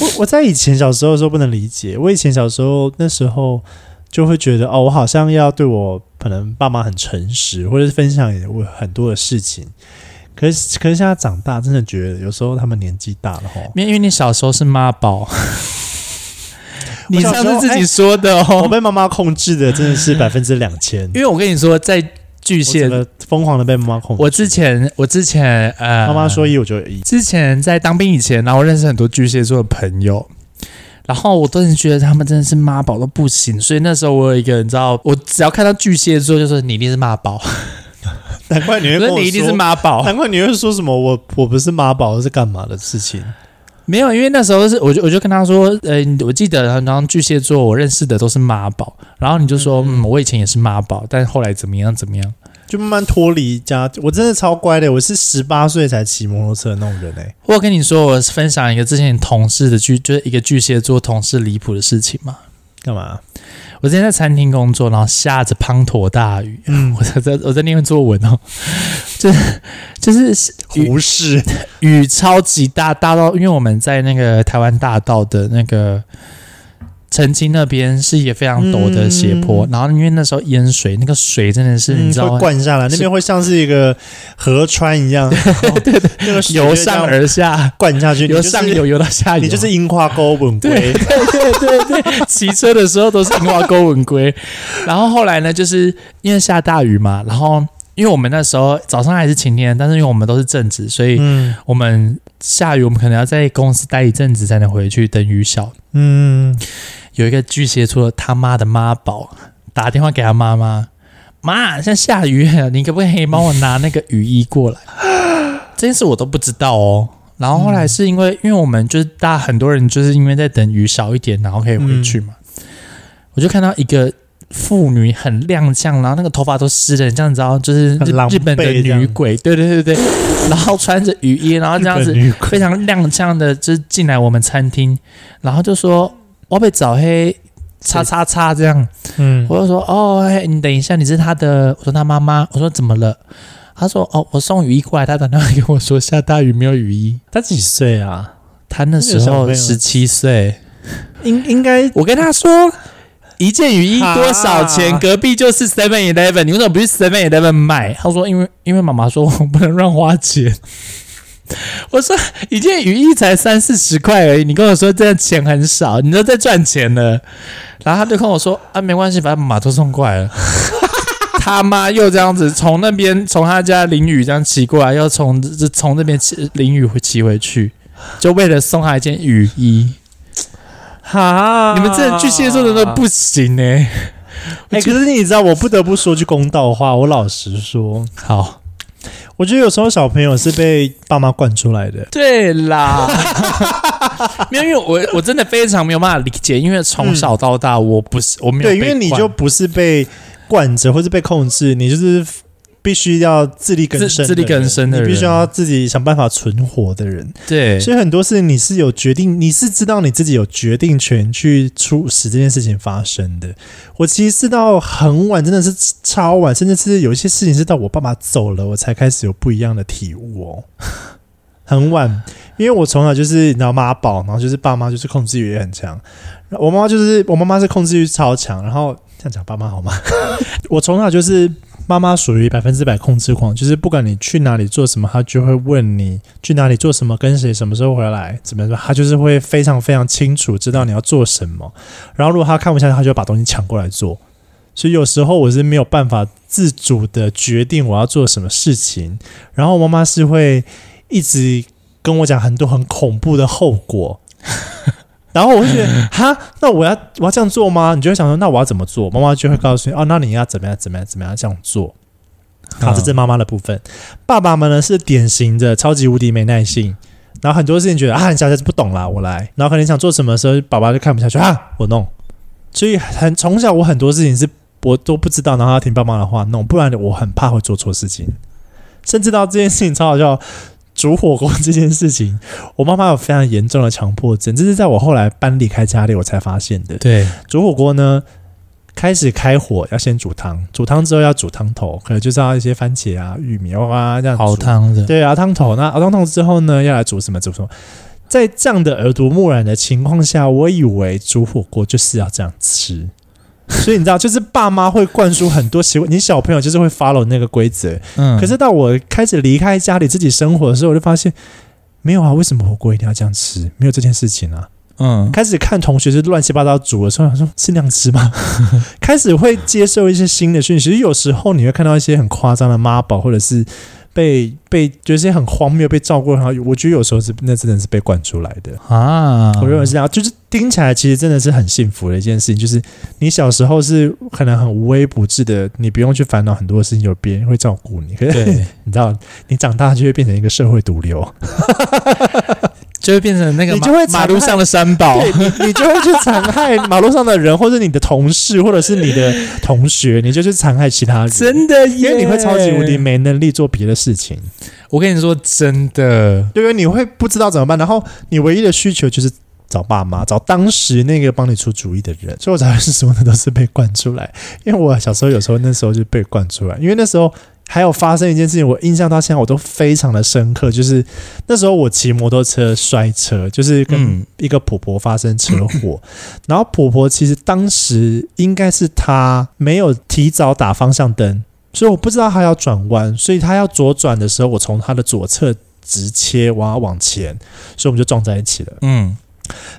[SPEAKER 2] 我我在以前小时候的时候不能理解，我以前小时候那时候就会觉得哦，我好像要对我可能爸妈很诚实，或者是分享我很多的事情。可是可是现在长大，真的觉得有时候他们年纪大了吼，
[SPEAKER 1] 因为因为你小时候是妈
[SPEAKER 2] [laughs]
[SPEAKER 1] 宝，你
[SPEAKER 2] 小
[SPEAKER 1] 上
[SPEAKER 2] 时候哎
[SPEAKER 1] 次自己说的哦。
[SPEAKER 2] 我被妈妈控制的真的是百分之两千，
[SPEAKER 1] 因为我跟你说，在巨
[SPEAKER 2] 我整
[SPEAKER 1] 蟹，
[SPEAKER 2] 个疯狂的被妈妈控制。
[SPEAKER 1] 我之前我之前呃，
[SPEAKER 2] 妈妈说一我就一，
[SPEAKER 1] 之前在当兵以前，然后认识很多巨蟹座的朋友，然后我都是觉得他们真的是妈宝到不行，所以那时候我有一个你知道，我只要看到巨蟹座，就说你一定是妈宝，
[SPEAKER 2] 难怪你
[SPEAKER 1] 我
[SPEAKER 2] 会跟
[SPEAKER 1] 说
[SPEAKER 2] 我
[SPEAKER 1] 你一定是
[SPEAKER 2] 说哦
[SPEAKER 1] 妈宝，
[SPEAKER 2] 难怪你会说什么我我不是妈宝，我是干嘛的事情？
[SPEAKER 1] 没有，因为那时候是我就我就跟他说，呃，我记得然后巨蟹座我认识的都是妈宝，然后你就说，嗯，我以前也是妈宝，但后来怎么样怎么样，
[SPEAKER 2] 就慢慢脱离家。我真的超乖的，我是十八岁才骑摩托车的那种人哎、
[SPEAKER 1] 我有跟你说，我分享一个之前同事的巨，就是一个巨蟹座同事离谱的事情嘛。
[SPEAKER 2] 干嘛？
[SPEAKER 1] 我之前在餐厅工作，然后下着滂沱大雨，[laughs]
[SPEAKER 2] 嗯，
[SPEAKER 1] 我在我在念作文哦， [laughs] 就是就是雨
[SPEAKER 2] 胡适，
[SPEAKER 1] 雨超级大，大到因为我们在那个台湾大道的那个澄清那边是一个非常陡的斜坡，然后因为那时候淹水，那个水真的是、你知道
[SPEAKER 2] 会
[SPEAKER 1] 吗？
[SPEAKER 2] 灌下来，
[SPEAKER 1] 是
[SPEAKER 2] 那边会像是一个河川
[SPEAKER 1] [laughs]
[SPEAKER 2] 一样，对对对，那个水
[SPEAKER 1] 由
[SPEAKER 2] 就这样
[SPEAKER 1] 上而下，
[SPEAKER 2] 灌下去，
[SPEAKER 1] 由
[SPEAKER 2] 你就是
[SPEAKER 1] 上游游到下游，
[SPEAKER 2] 你就是樱花沟吻
[SPEAKER 1] 对
[SPEAKER 2] 龟，
[SPEAKER 1] 对对对对，骑车的时候都是樱花沟吻龟。然后后来呢，就是因为下大雨嘛，然后因为我们那时候早上还是晴天，但是因为我们都是正职，所以
[SPEAKER 2] 嗯
[SPEAKER 1] 我们下雨，我们可能要在公司待一阵子才能回去等雨小。
[SPEAKER 2] 嗯，
[SPEAKER 1] 有一个巨蟹座他妈的妈宝打电话给他妈妈，妈，现在下雨了，你可不可以帮我拿那个雨衣过来？这件事我都不知道哦。然后后来是因为，因为我们就是大家很多人就是因为在等雨少一点，然后可以回去嘛。我就看到一个妇女很踉跄，然后那个头发都湿了，这样子哦，就是
[SPEAKER 2] 很
[SPEAKER 1] 日
[SPEAKER 2] 狼狈
[SPEAKER 1] 日本的
[SPEAKER 2] 这样
[SPEAKER 1] 女鬼，对对
[SPEAKER 2] [laughs]
[SPEAKER 1] 对对，然后穿着雨衣，然后这样子
[SPEAKER 2] 日本女
[SPEAKER 1] 非
[SPEAKER 2] 鬼，
[SPEAKER 1] 常踉跄的，就是进来我们餐厅，然后就说我被找黑，叉叉叉这样，
[SPEAKER 2] 嗯，
[SPEAKER 1] 我就说哦，嘿，你等一下，你是他的，我说他妈妈，我说怎么了？他说哦，我送雨衣过来，他打电话给我说下大雨没有雨衣，
[SPEAKER 2] 他几岁啊？
[SPEAKER 1] 他那时
[SPEAKER 2] 那个小
[SPEAKER 1] 候
[SPEAKER 2] 朋友
[SPEAKER 1] 十七岁，
[SPEAKER 2] 应应该
[SPEAKER 1] 我跟他说。一件雨衣多少钱？
[SPEAKER 2] 啊
[SPEAKER 1] 隔壁就是 Seven Eleven，你为什么不去 Seven Eleven 买？他说因为因为妈妈说我不能乱花钱。 [laughs] 我说一件雨衣才三四十块而已，你跟我说这样钱很少，你都在赚钱了。然后他就跟我说啊，没关系，反正妈妈都送过来了。 [laughs] 他妈又这样子从那边从他家淋雨这样骑过来，又从这从那边骑淋雨回骑回去，就为了送他一件雨衣。
[SPEAKER 2] 哈
[SPEAKER 1] 你们这巨蟹座的都不行欸呢、
[SPEAKER 2] 哎、可是你知道，我不得不说句公道话，我老实说，
[SPEAKER 1] 好，
[SPEAKER 2] 我觉得有时候小朋友是被爸妈惯出来的。
[SPEAKER 1] 对 [laughs] 啦，没有，因为我我真的非常没有办法理解，因为从小到大我不是我没有
[SPEAKER 2] 对，
[SPEAKER 1] 被
[SPEAKER 2] 因为你
[SPEAKER 1] 惯
[SPEAKER 2] 就不是被惯着或是被控制，你就是必须要自力更生的人
[SPEAKER 1] 自自力更生的人
[SPEAKER 2] 你必须要自己想办法存活的人。
[SPEAKER 1] 对
[SPEAKER 2] 所以很多事情你是有决定，你是知道你自己有决定权去促使这件事情发生的。我其实是到很晚，真的是超晚，甚至是有一些事情是到我爸爸走了，我才开始有不一样的体悟哦。 [laughs] 很晚，因为我从小就是你知道妈宝，然后就是爸妈就是控制欲也很强。我妈妈就是我妈妈是控制欲超强，然后这样讲爸妈好吗？ [laughs] 我从小就是妈妈属于百分之百控制狂，就是不管你去哪里做什么，她就会问你去哪里做什么，跟谁什么时候回来，怎么样，她就是会非常非常清楚知道你要做什么。然后如果她看不下去，她就会把东西抢过来做。所以有时候我是没有办法自主的决定我要做什么事情，然后妈妈是会一直跟我讲很多很恐怖的后果， [laughs] 然后我会觉得哈，那我要我要这样做吗？你就会想说，那我要怎么做？妈妈就会告诉你，哦，那你要怎么样怎么样怎么样这样做。好，这是妈妈的部分。爸爸们呢是典型的超级无敌没耐性，然后很多事情觉得啊，你小孩子不懂啦，我来。然后可能想做什么的时候，爸爸就看不下去啊，我弄。所以很从小我很多事情是我都不知道，然后要听爸妈的话弄，不然我很怕会做错事情。甚至到这件事情超好笑，煮火锅这件事情，我妈妈有非常严重的强迫症，这是在我后来搬离开家里我才发现的。
[SPEAKER 1] 嗯对，
[SPEAKER 2] 煮火锅呢，开始开火要先煮汤，煮汤之后要煮汤头，可能就是要一些番茄啊、玉米啊这样
[SPEAKER 1] 熬
[SPEAKER 2] 煮。
[SPEAKER 1] 汤的，
[SPEAKER 2] 对，熬啊汤头。那熬汤头之后呢，要来煮什么？煮什么？在这样的耳濡目染的情况下，我以为煮火锅就是要这样吃。所以你知道，就是爸妈会灌输很多习惯，你小朋友就是会 follow 那个规则。
[SPEAKER 1] 嗯，
[SPEAKER 2] 可是到我开始离开家里自己生活的时候，我就发现没有啊，为什么火锅一定要这样吃？没有这件事情啊。
[SPEAKER 1] 嗯，
[SPEAKER 2] 开始看同学是乱七八糟煮的时候，想说是那样吃
[SPEAKER 1] [laughs]
[SPEAKER 2] 吗？开始会接受一些新的讯息，有时候你会看到一些很夸张的妈宝，或者是被被就是很荒谬被照顾，然后我觉得有时候是那真的是被灌出来的。
[SPEAKER 1] 啊，
[SPEAKER 2] 我认为是这样，就是听起来其实真的是很幸福的一件事情，就是你小时候是可能很无微不至的，你不用去烦恼很多事情，有别人会照顾你。可是
[SPEAKER 1] 对，
[SPEAKER 2] 你知道，你长大就会变成一个社会毒瘤。
[SPEAKER 1] 就会变成那个
[SPEAKER 2] 你
[SPEAKER 1] 马
[SPEAKER 2] 就会
[SPEAKER 1] 马
[SPEAKER 2] 常
[SPEAKER 1] 路
[SPEAKER 2] 看
[SPEAKER 1] 上的三宝，
[SPEAKER 2] 对
[SPEAKER 1] [laughs]
[SPEAKER 2] 你，你就会去残害马路上的人，或者你的同事，或者是你的同学，你就去残害其他人，
[SPEAKER 1] 真的
[SPEAKER 2] 因
[SPEAKER 1] 耶，
[SPEAKER 2] 为你会超级无敌没能力做别的事情，
[SPEAKER 1] 我跟你说，真的，
[SPEAKER 2] 对因为你会不知道怎么办，然后你唯一的需求就是。找爸妈，找当时那个帮你出主意的人，所以我才会说那都是被惯出来。因为我小时候有时候那时候就被惯出来，因为那时候还有发生一件事情，我印象到现在我都非常的深刻，就是那时候我骑摩托车摔车，就是跟
[SPEAKER 1] 嗯，
[SPEAKER 2] 一个婆婆发生车祸，然后婆婆其实当时应该是她没有提早打方向灯，所以我不知道她要转弯，所以她要左转的时候，我从她的左侧直切，我要往前，所以我们就撞在一起了。
[SPEAKER 1] 嗯，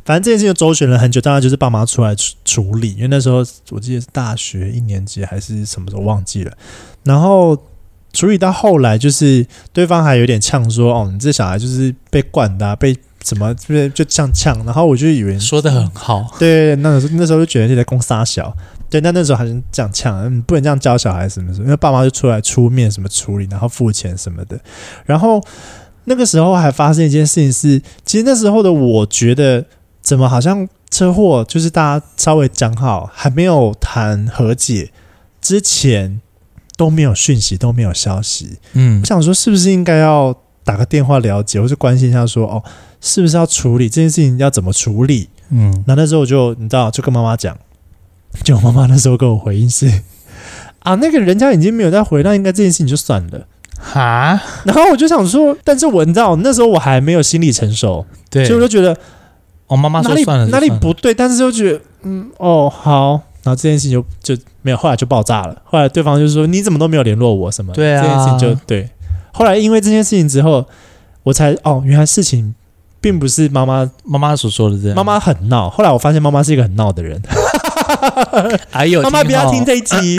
[SPEAKER 2] 反正这件事情就周旋了很久，当然就是爸妈出来处处理，因为那时候我记得是大学一年级还是什么时候忘记了，然后处理到后来就是对方还有点呛说：“哦，你这小孩就是被惯的、啊，被怎么就是就呛呛。”然后我就以为
[SPEAKER 1] 说的很好，
[SPEAKER 2] [laughs] 对，那时候那时候就觉得你在攻杀小，对，那那时候还是这样呛，嗯，不能这样教小孩什么什么，因为爸妈就出来出面什么处理，然后付钱什么的。然后那个时候还发生一件事情是，其实那时候的我觉得，怎么好像车祸就是大家稍微讲好，还没有谈和解之前都没有讯息，都没有消息，
[SPEAKER 1] 嗯
[SPEAKER 2] 我，想说，是不是应该要打个电话了解，或是关心一下说哦，是不是要处理这件事情，要怎么处理？
[SPEAKER 1] 嗯，
[SPEAKER 2] 那那时候我就你知道，就跟妈妈讲，就我妈妈那时候跟我回应是 [laughs] 啊，那个人家已经没有再回，那应该这件事情就算了。
[SPEAKER 1] 哈，
[SPEAKER 2] 然后我就想说，但是我你知道，那时候我还没有心理成熟，
[SPEAKER 1] 对，
[SPEAKER 2] 所以我就觉得
[SPEAKER 1] 我妈妈
[SPEAKER 2] 哪
[SPEAKER 1] 说
[SPEAKER 2] 里
[SPEAKER 1] 算了，
[SPEAKER 2] 哪里
[SPEAKER 1] 就算了，
[SPEAKER 2] 不对，但是就觉得嗯哦好。然后这件事情就就没有，后来就爆炸了。后来对方就说你怎么都没有联络我什么？
[SPEAKER 1] 对啊
[SPEAKER 2] 这件事情就对。后来因为这件事情之后，我才哦，原来事情并不是妈妈
[SPEAKER 1] 妈妈所说的这样，
[SPEAKER 2] 妈妈很闹。后来我发现妈妈是一个很闹的人，
[SPEAKER 1] 还有
[SPEAKER 2] 妈妈不要听
[SPEAKER 1] 这，
[SPEAKER 2] 这一集。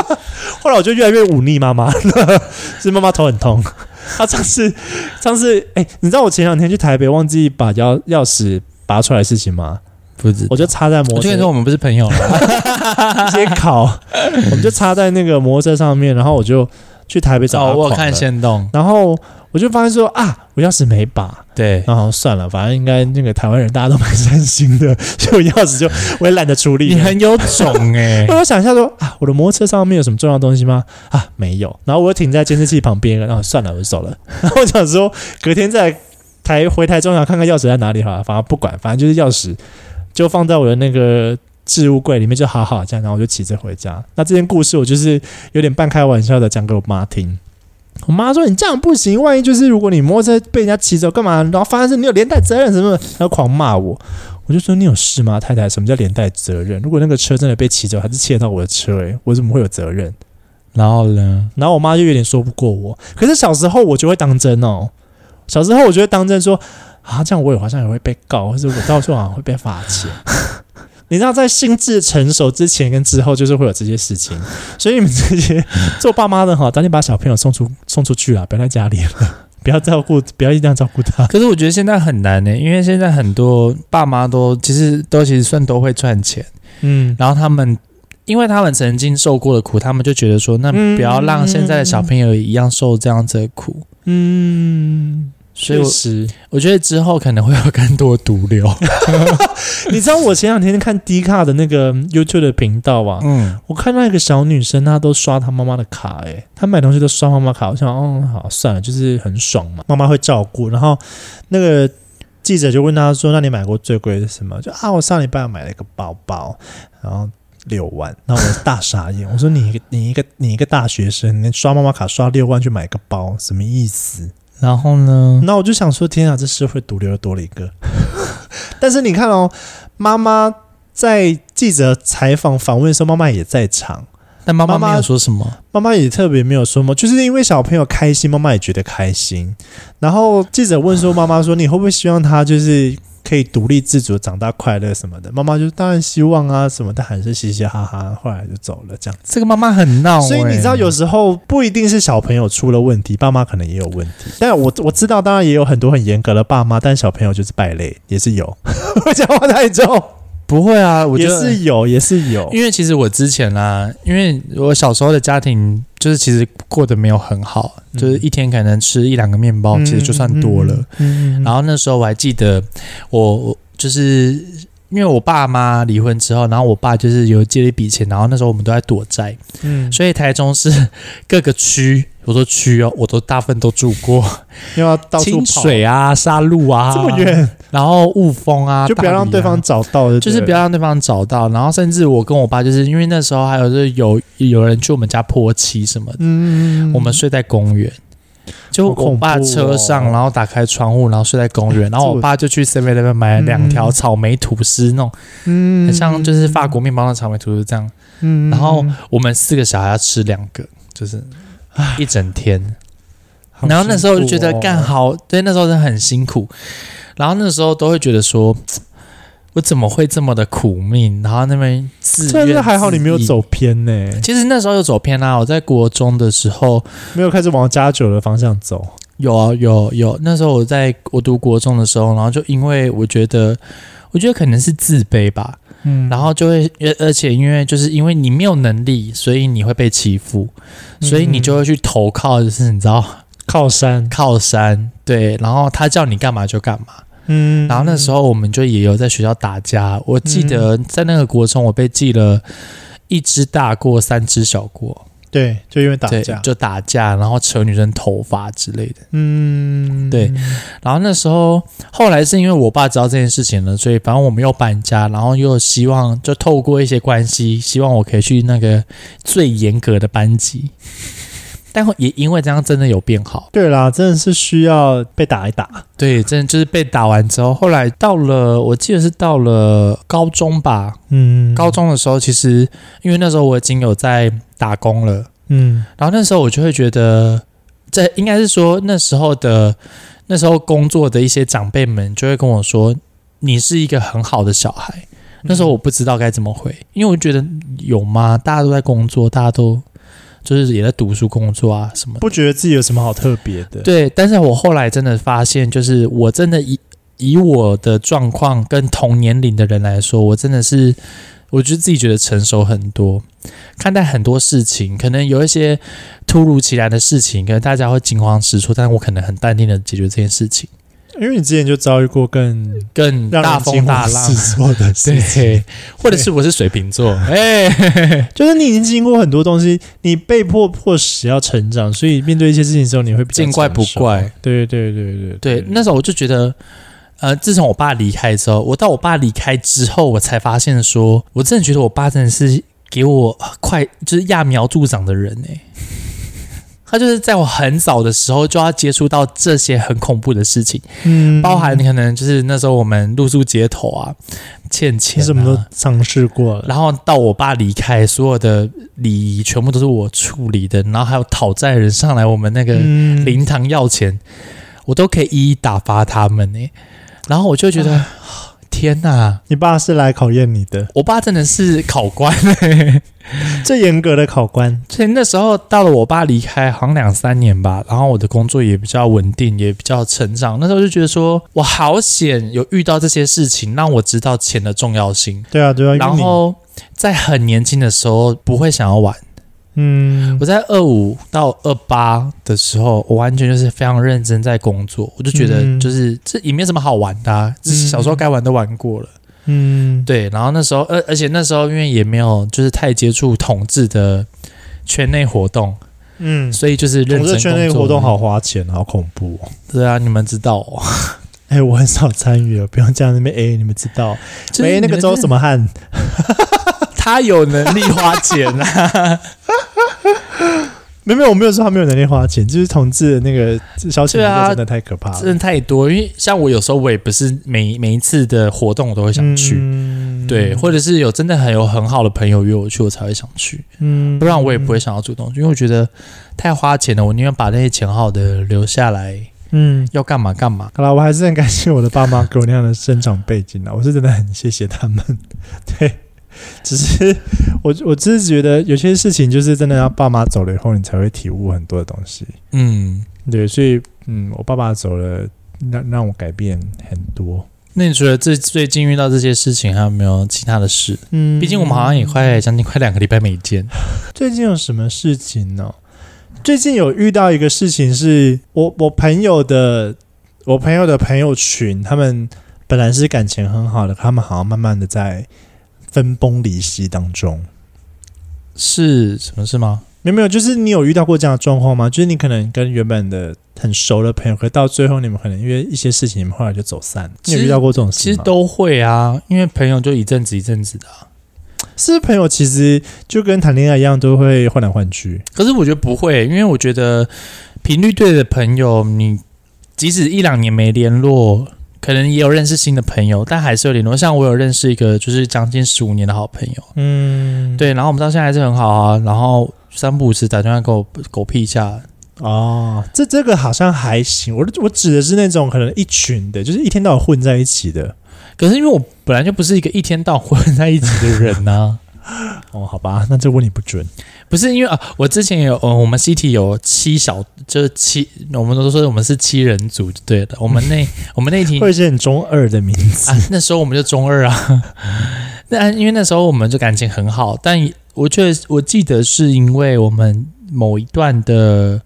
[SPEAKER 2] [laughs] 后来我就越来越忤逆妈妈 [laughs] 了，是妈妈头很痛。 [laughs] 她上次上次哎、你知道我前两天去台北忘记把钥钥匙拔出来的事情吗？
[SPEAKER 1] 不知道，
[SPEAKER 2] 我就插在摩
[SPEAKER 1] 我
[SPEAKER 2] 托
[SPEAKER 1] 就跟
[SPEAKER 2] 车
[SPEAKER 1] 你说，我们不是朋友 [laughs] 了，
[SPEAKER 2] 直接烤， [laughs] 我们就插在那个摩托车上面，然后我就去台北
[SPEAKER 1] 哦，
[SPEAKER 2] 找他
[SPEAKER 1] 我有
[SPEAKER 2] 狂
[SPEAKER 1] 看
[SPEAKER 2] 了
[SPEAKER 1] 线动，
[SPEAKER 2] 然后我就发现说啊，我钥匙没拔，
[SPEAKER 1] 对，
[SPEAKER 2] 然后算了，反正应该那个台湾人大家都蛮 [laughs] 善心的，所以我钥匙就我也懒得处理
[SPEAKER 1] 你。很有种 [laughs] 哎
[SPEAKER 2] 我，就想一下说啊，我的摩托车上面有什么重要的东西吗？啊，没有。然后我又停在监视器旁边，然后算了，我就走了。 [laughs] 然后我想说，隔天再台回台中想看看钥匙在哪里好了，反正不管，反正就是钥匙就放在我的那个置物柜里面，就好好这样。然后我就骑着回家。那这件故事我就是有点半开玩笑的讲给我妈听。我妈说：“你这样不行，万一就是如果你摩托车被人家骑走，干嘛？然后发生事你有连带责任什么的，然后狂骂我。”我就说：“你有事吗，太太？什么叫连带责任？如果那个车真的被骑走，还是切到我的车、欸，诶，我怎么会有责任？”
[SPEAKER 1] 然后呢，
[SPEAKER 2] 然后我妈就有点说不过我。可是小时候我就会当真哦，小时候我就会当真说啊，这样我也好像也会被告，或者我到时候好像会被罚
[SPEAKER 1] [laughs]
[SPEAKER 2] 钱。你知道，在心智成熟之前跟之后，就是会有这些事情。所以你们这些做爸妈的哈，赶紧把小朋友送出送出去啊了，不要在家里了，不要照顾，不要一定要照顾他。
[SPEAKER 1] 可是我觉得现在很难欸呢，因为现在很多爸妈都其实都其实算都会赚钱，
[SPEAKER 2] 嗯，
[SPEAKER 1] 然后他们。因为他们曾经受过的苦，他们就觉得说，那
[SPEAKER 2] 嗯
[SPEAKER 1] 不要让现在的小朋友一样受这样子的苦。
[SPEAKER 2] 嗯，
[SPEAKER 1] 所以
[SPEAKER 2] 确
[SPEAKER 1] 我
[SPEAKER 2] 实，
[SPEAKER 1] 我觉得之后可能会有更多毒瘤。
[SPEAKER 2] 你知道我前两天看迪卡的那个 YouTube 的频道
[SPEAKER 1] [laughs]
[SPEAKER 2] 啊，
[SPEAKER 1] 嗯，
[SPEAKER 2] 我看到一个小女生，她都刷她妈妈的卡、欸，她买东西都刷妈妈卡，我想，哦，好算了，就是很爽嘛，妈妈会照顾。然后那个记者就问她说：“那你买过最贵的是什么？”就啊，我上礼拜买了一个包包，然后六万，那我大傻眼，我说你一个你一个你一个大学生，你刷妈妈卡刷六万去买个包，什么意思？
[SPEAKER 1] 然后呢？
[SPEAKER 2] 那我就想说，天啊，这社会毒瘤又多了一个。 [laughs] 但是你看哦，妈妈在记者采访访问的时候，妈妈也在场，
[SPEAKER 1] 但妈妈
[SPEAKER 2] 妈妈
[SPEAKER 1] 没有说什么。
[SPEAKER 2] 妈妈也特别没有说嘛，就是因为小朋友开心，妈妈也觉得开心。然后记者问说，妈妈说你会不会希望他就是可以独立自主、长大快乐什么的？妈妈就当然希望啊什么，但还是嘻嘻哈哈，后来就走了这样。
[SPEAKER 1] 这个妈妈很闹、欸，
[SPEAKER 2] 所以你知道，有时候不一定是小朋友出了问题，爸妈可能也有问题。但我我知道，当然也有很多很严格的爸妈，但小朋友就是败类，也是有。 [laughs] 我讲话太重，
[SPEAKER 1] 不会啊？我
[SPEAKER 2] 也
[SPEAKER 1] 觉得
[SPEAKER 2] 是有，也是有。
[SPEAKER 1] 因为其实我之前啦、因为我小时候的家庭就是其实过得没有很好，
[SPEAKER 2] 嗯
[SPEAKER 1] 就是一天可能吃一两个面
[SPEAKER 2] 哦
[SPEAKER 1] 包，其实就算多了。
[SPEAKER 2] 嗯。嗯嗯嗯
[SPEAKER 1] 然后那时候我还记得我，我就是因为我爸妈离婚之后，然后我爸就是有借了一笔钱，然后那时候我们都在躲债，
[SPEAKER 2] 嗯，
[SPEAKER 1] 所以台中市各个区，我说区哦，我都大部分都住过，
[SPEAKER 2] 又要到处
[SPEAKER 1] 清
[SPEAKER 2] 跑，
[SPEAKER 1] 水啊、沙鹿啊，
[SPEAKER 2] 这么，远，
[SPEAKER 1] 然后雾峰啊，
[SPEAKER 2] 就不要让
[SPEAKER 1] 大
[SPEAKER 2] 对
[SPEAKER 1] 理啊
[SPEAKER 2] 方找到，
[SPEAKER 1] 就是不要让对方找到。然后甚至我跟我爸，就是因为那时候还有就是有有人去我们家泼漆什么的，
[SPEAKER 2] 嗯，嗯，嗯
[SPEAKER 1] 我们睡在公园。就
[SPEAKER 2] 好恐怖
[SPEAKER 1] 我爸车上，
[SPEAKER 2] 哦
[SPEAKER 1] 然后打开窗户，然后睡在公
[SPEAKER 2] [laughs]
[SPEAKER 1] 园，然后我爸就去 Seven Eleven 买了两条草莓吐司，那种
[SPEAKER 2] 嗯
[SPEAKER 1] 很像就是法国面包的草莓吐司这样。
[SPEAKER 2] 嗯
[SPEAKER 1] 然后我们四个小孩要吃两个，就是一整天。哦然
[SPEAKER 2] 哦
[SPEAKER 1] 后那时候就觉得干，好，对，那时候真的很辛苦。然后那时候都会觉得说，我怎么会这么的苦命？然后那边自
[SPEAKER 2] 这
[SPEAKER 1] 怨
[SPEAKER 2] 是还好你没有
[SPEAKER 1] 自艾。
[SPEAKER 2] 走偏呢，
[SPEAKER 1] 其实那时候有走偏啦、我在国中的时候
[SPEAKER 2] 没有开始往加九的方向走，
[SPEAKER 1] 有啊，有有。那时候我在我读国中的时候，然后就因为我觉得，我觉得可能是自卑吧，
[SPEAKER 2] 嗯
[SPEAKER 1] 然后就会，而而且因为就是因为你没有能力，所以你会被欺负，
[SPEAKER 2] 嗯
[SPEAKER 1] 所以你就会去投靠，就是你知道
[SPEAKER 2] 靠山，
[SPEAKER 1] 靠山，对，然后他叫你干嘛就干嘛。
[SPEAKER 2] 嗯
[SPEAKER 1] 然后那时候我们就也有在学校打架，我记得
[SPEAKER 2] 嗯
[SPEAKER 1] 在那个国中，我被记了一只大过，三只小过，
[SPEAKER 2] 对，就因为打
[SPEAKER 1] 对，
[SPEAKER 2] 架，
[SPEAKER 1] 就打架，然后扯女生头发之类的。
[SPEAKER 2] 嗯，
[SPEAKER 1] 对，然后那时候后来是因为我爸知道这件事情了，所以反正我们又搬家，然后又希望就透过一些关系，希望我可以去那个最严格的班级，但也因为这样真的有变好。
[SPEAKER 2] 对啦，真的是需要被打一打，
[SPEAKER 1] 对，真的就是被打完之后，后来到了，我记得是到了高中吧，
[SPEAKER 2] 嗯，
[SPEAKER 1] 高，中的时候，其实因为那时候我已经有在打工了，
[SPEAKER 2] 嗯
[SPEAKER 1] 然后那时候我就会觉得，这应该是说那时候的那时候工作的一些长辈们就会跟我说，你是一个很好的小孩。那时候我不知道该怎么回，因为我觉得有吗？大家都在工作，大家都就是也在读书、工作啊什么的。
[SPEAKER 2] 不觉得自己有什么好特别的，，
[SPEAKER 1] 对，但是我后来真的发现，就是我真的以以我的状况跟同年龄的人来说，我真的是，我觉得自己觉得成熟很多，看待很多事情，可能有一些突如其来的事情，可能大家会惊慌失措，但我可能很淡定的解决这件事情，
[SPEAKER 2] 因为你之前就遭遇过更
[SPEAKER 1] 更
[SPEAKER 2] 让人
[SPEAKER 1] 大风大浪
[SPEAKER 2] 惊。慌失措的事情，
[SPEAKER 1] 对，或者是我是水瓶
[SPEAKER 2] [laughs]
[SPEAKER 1] 座，哎、
[SPEAKER 2] 就是你已经经过很多东西，你被迫迫使要成长，所以面对一些事情的时候，你会比较
[SPEAKER 1] 见怪不
[SPEAKER 2] 成熟。
[SPEAKER 1] 怪。
[SPEAKER 2] 对对对对
[SPEAKER 1] 对，那时候我就觉得，呃，自从我爸离开之后，我到我爸离开之后，我才发现说，我真的觉得我爸真的是给我呃快就是揠苗助长的人哎、 [laughs] 他就是在我很早的时候就要接触到这些很恐怖的事情，
[SPEAKER 2] 嗯
[SPEAKER 1] 包含可能就是那时候我们露宿街头啊，欠
[SPEAKER 2] 你
[SPEAKER 1] 钱、啊，
[SPEAKER 2] 什么都尝试过了，
[SPEAKER 1] 然后到我爸离开，所有的礼仪全部都是我处理的，然后还有讨债人上来我们那个
[SPEAKER 2] 嗯
[SPEAKER 1] 灵堂要钱，我都可以一一打发他们呢、然后我就觉得，天哪，
[SPEAKER 2] 你爸是来考验你的，
[SPEAKER 1] 我爸真的是考官、 [laughs]
[SPEAKER 2] 最严格的考官。
[SPEAKER 1] 所以那时候到了我爸离开，好像两三年吧，然后我的工作也比较稳定，也比较成长。那时候就觉得说，我好险有遇到这些事情，让我知道钱的重要性。
[SPEAKER 2] 对啊，对啊，因为
[SPEAKER 1] 然
[SPEAKER 2] 你
[SPEAKER 1] 后在很年轻的时候不会想要玩，
[SPEAKER 2] 嗯
[SPEAKER 1] 我在二五到二八的时候，我完全就是非常认真在工作，我就觉得
[SPEAKER 2] 嗯
[SPEAKER 1] 就是、这也没什么好玩的、啊，这
[SPEAKER 2] 嗯
[SPEAKER 1] 小时候该玩都玩过了。
[SPEAKER 2] 嗯，
[SPEAKER 1] 对，然后那时候，而而且那时候因为也没有就是太接触统治的圈内活动，
[SPEAKER 2] 嗯，
[SPEAKER 1] 所以就是认
[SPEAKER 2] 统
[SPEAKER 1] 真
[SPEAKER 2] 治圈内
[SPEAKER 1] 工作
[SPEAKER 2] 活动好。花钱，好恐怖、哦。
[SPEAKER 1] 对啊，你们知道、
[SPEAKER 2] [laughs]
[SPEAKER 1] 哦，
[SPEAKER 2] 哎、我很少参与了，不用这样那边哎、你们知道？哎
[SPEAKER 1] 就是
[SPEAKER 2] 喂，那个周什
[SPEAKER 1] 么，
[SPEAKER 2] 么汉？
[SPEAKER 1] [laughs] 他有能力花钱
[SPEAKER 2] [laughs]
[SPEAKER 1] 啊，
[SPEAKER 2] 没有没有，我没有说他没有能力花钱，就是同志的那个消遣娱
[SPEAKER 1] 对
[SPEAKER 2] 乐
[SPEAKER 1] 啊
[SPEAKER 2] 真的太可怕了，
[SPEAKER 1] 真的太多。因为像我有时候我也不是每每一次的活动我都会想去，
[SPEAKER 2] 嗯
[SPEAKER 1] 对，或者是有真的很有很好的朋友约我去，我才会想去，
[SPEAKER 2] 嗯
[SPEAKER 1] 不然我也不会想要主动去，因为我觉得太花钱了，我宁愿把那些钱好好的留下来，
[SPEAKER 2] 嗯。
[SPEAKER 1] 要干嘛干嘛。
[SPEAKER 2] 好了，我还是很感谢我的爸妈给我那样的生长背景啊，我是真的很谢谢他们。对，只是我我只是觉得有些事情就是真的要爸妈走了以后，你才会体悟很多的东西。
[SPEAKER 1] 嗯，
[SPEAKER 2] 对，所以嗯，我爸爸走了，让让我改变很多。
[SPEAKER 1] 那你除了最最近遇到这些事情，还有没有其他的事？
[SPEAKER 2] 嗯
[SPEAKER 1] 毕竟我们好像也快将近快两个礼拜没见。
[SPEAKER 2] 最近有什么事情呢、最近有遇到一个事情是，我我朋友的我朋友的朋友群，他们本来是感情很好的，他们好像慢慢的在分崩离析当中。
[SPEAKER 1] 是什么事吗？
[SPEAKER 2] 没有没有，就是你有遇到过这样的状况吗？就是你可能跟原本的很熟的朋友，可到最后你们可能因为一些事情，你们后来就走散了。
[SPEAKER 1] 其
[SPEAKER 2] 你
[SPEAKER 1] 实
[SPEAKER 2] 有遇到过这种事吗？
[SPEAKER 1] 其实都会啊，因为朋友就一阵子一阵子的啊、
[SPEAKER 2] 是朋友，其实就跟谈恋爱一样，都会换来换去。
[SPEAKER 1] 可是我觉得不会，因为我觉得频率对的朋友，你即使一两年没联络，可能也有认识新的朋友，但还是有联络。像我有认识一个就是将近十五年的好朋友，
[SPEAKER 2] 嗯，
[SPEAKER 1] 对，然后我们到现在还是很好啊。然后三不五时打电话给我狗屁一下，
[SPEAKER 2] 哦，这这个好像还行。我我指的是那种可能一群的，就是一天到晚混在一起的。
[SPEAKER 1] 可是因为我本来就不是一个一天到晚混在一起的人呐、
[SPEAKER 2] 哦，好吧，那这问你不准。
[SPEAKER 1] 不是因为啊，我之前有，呃，我们 CT 有七小，就是七，我们都说我们是七人组就对了。我们那我们那一题
[SPEAKER 2] 会是很中二的名字。
[SPEAKER 1] 啊，那时候我们就中二啊。 [laughs] 那因为那时候我们就感情很好，但我确实我记得是因为我们某一段的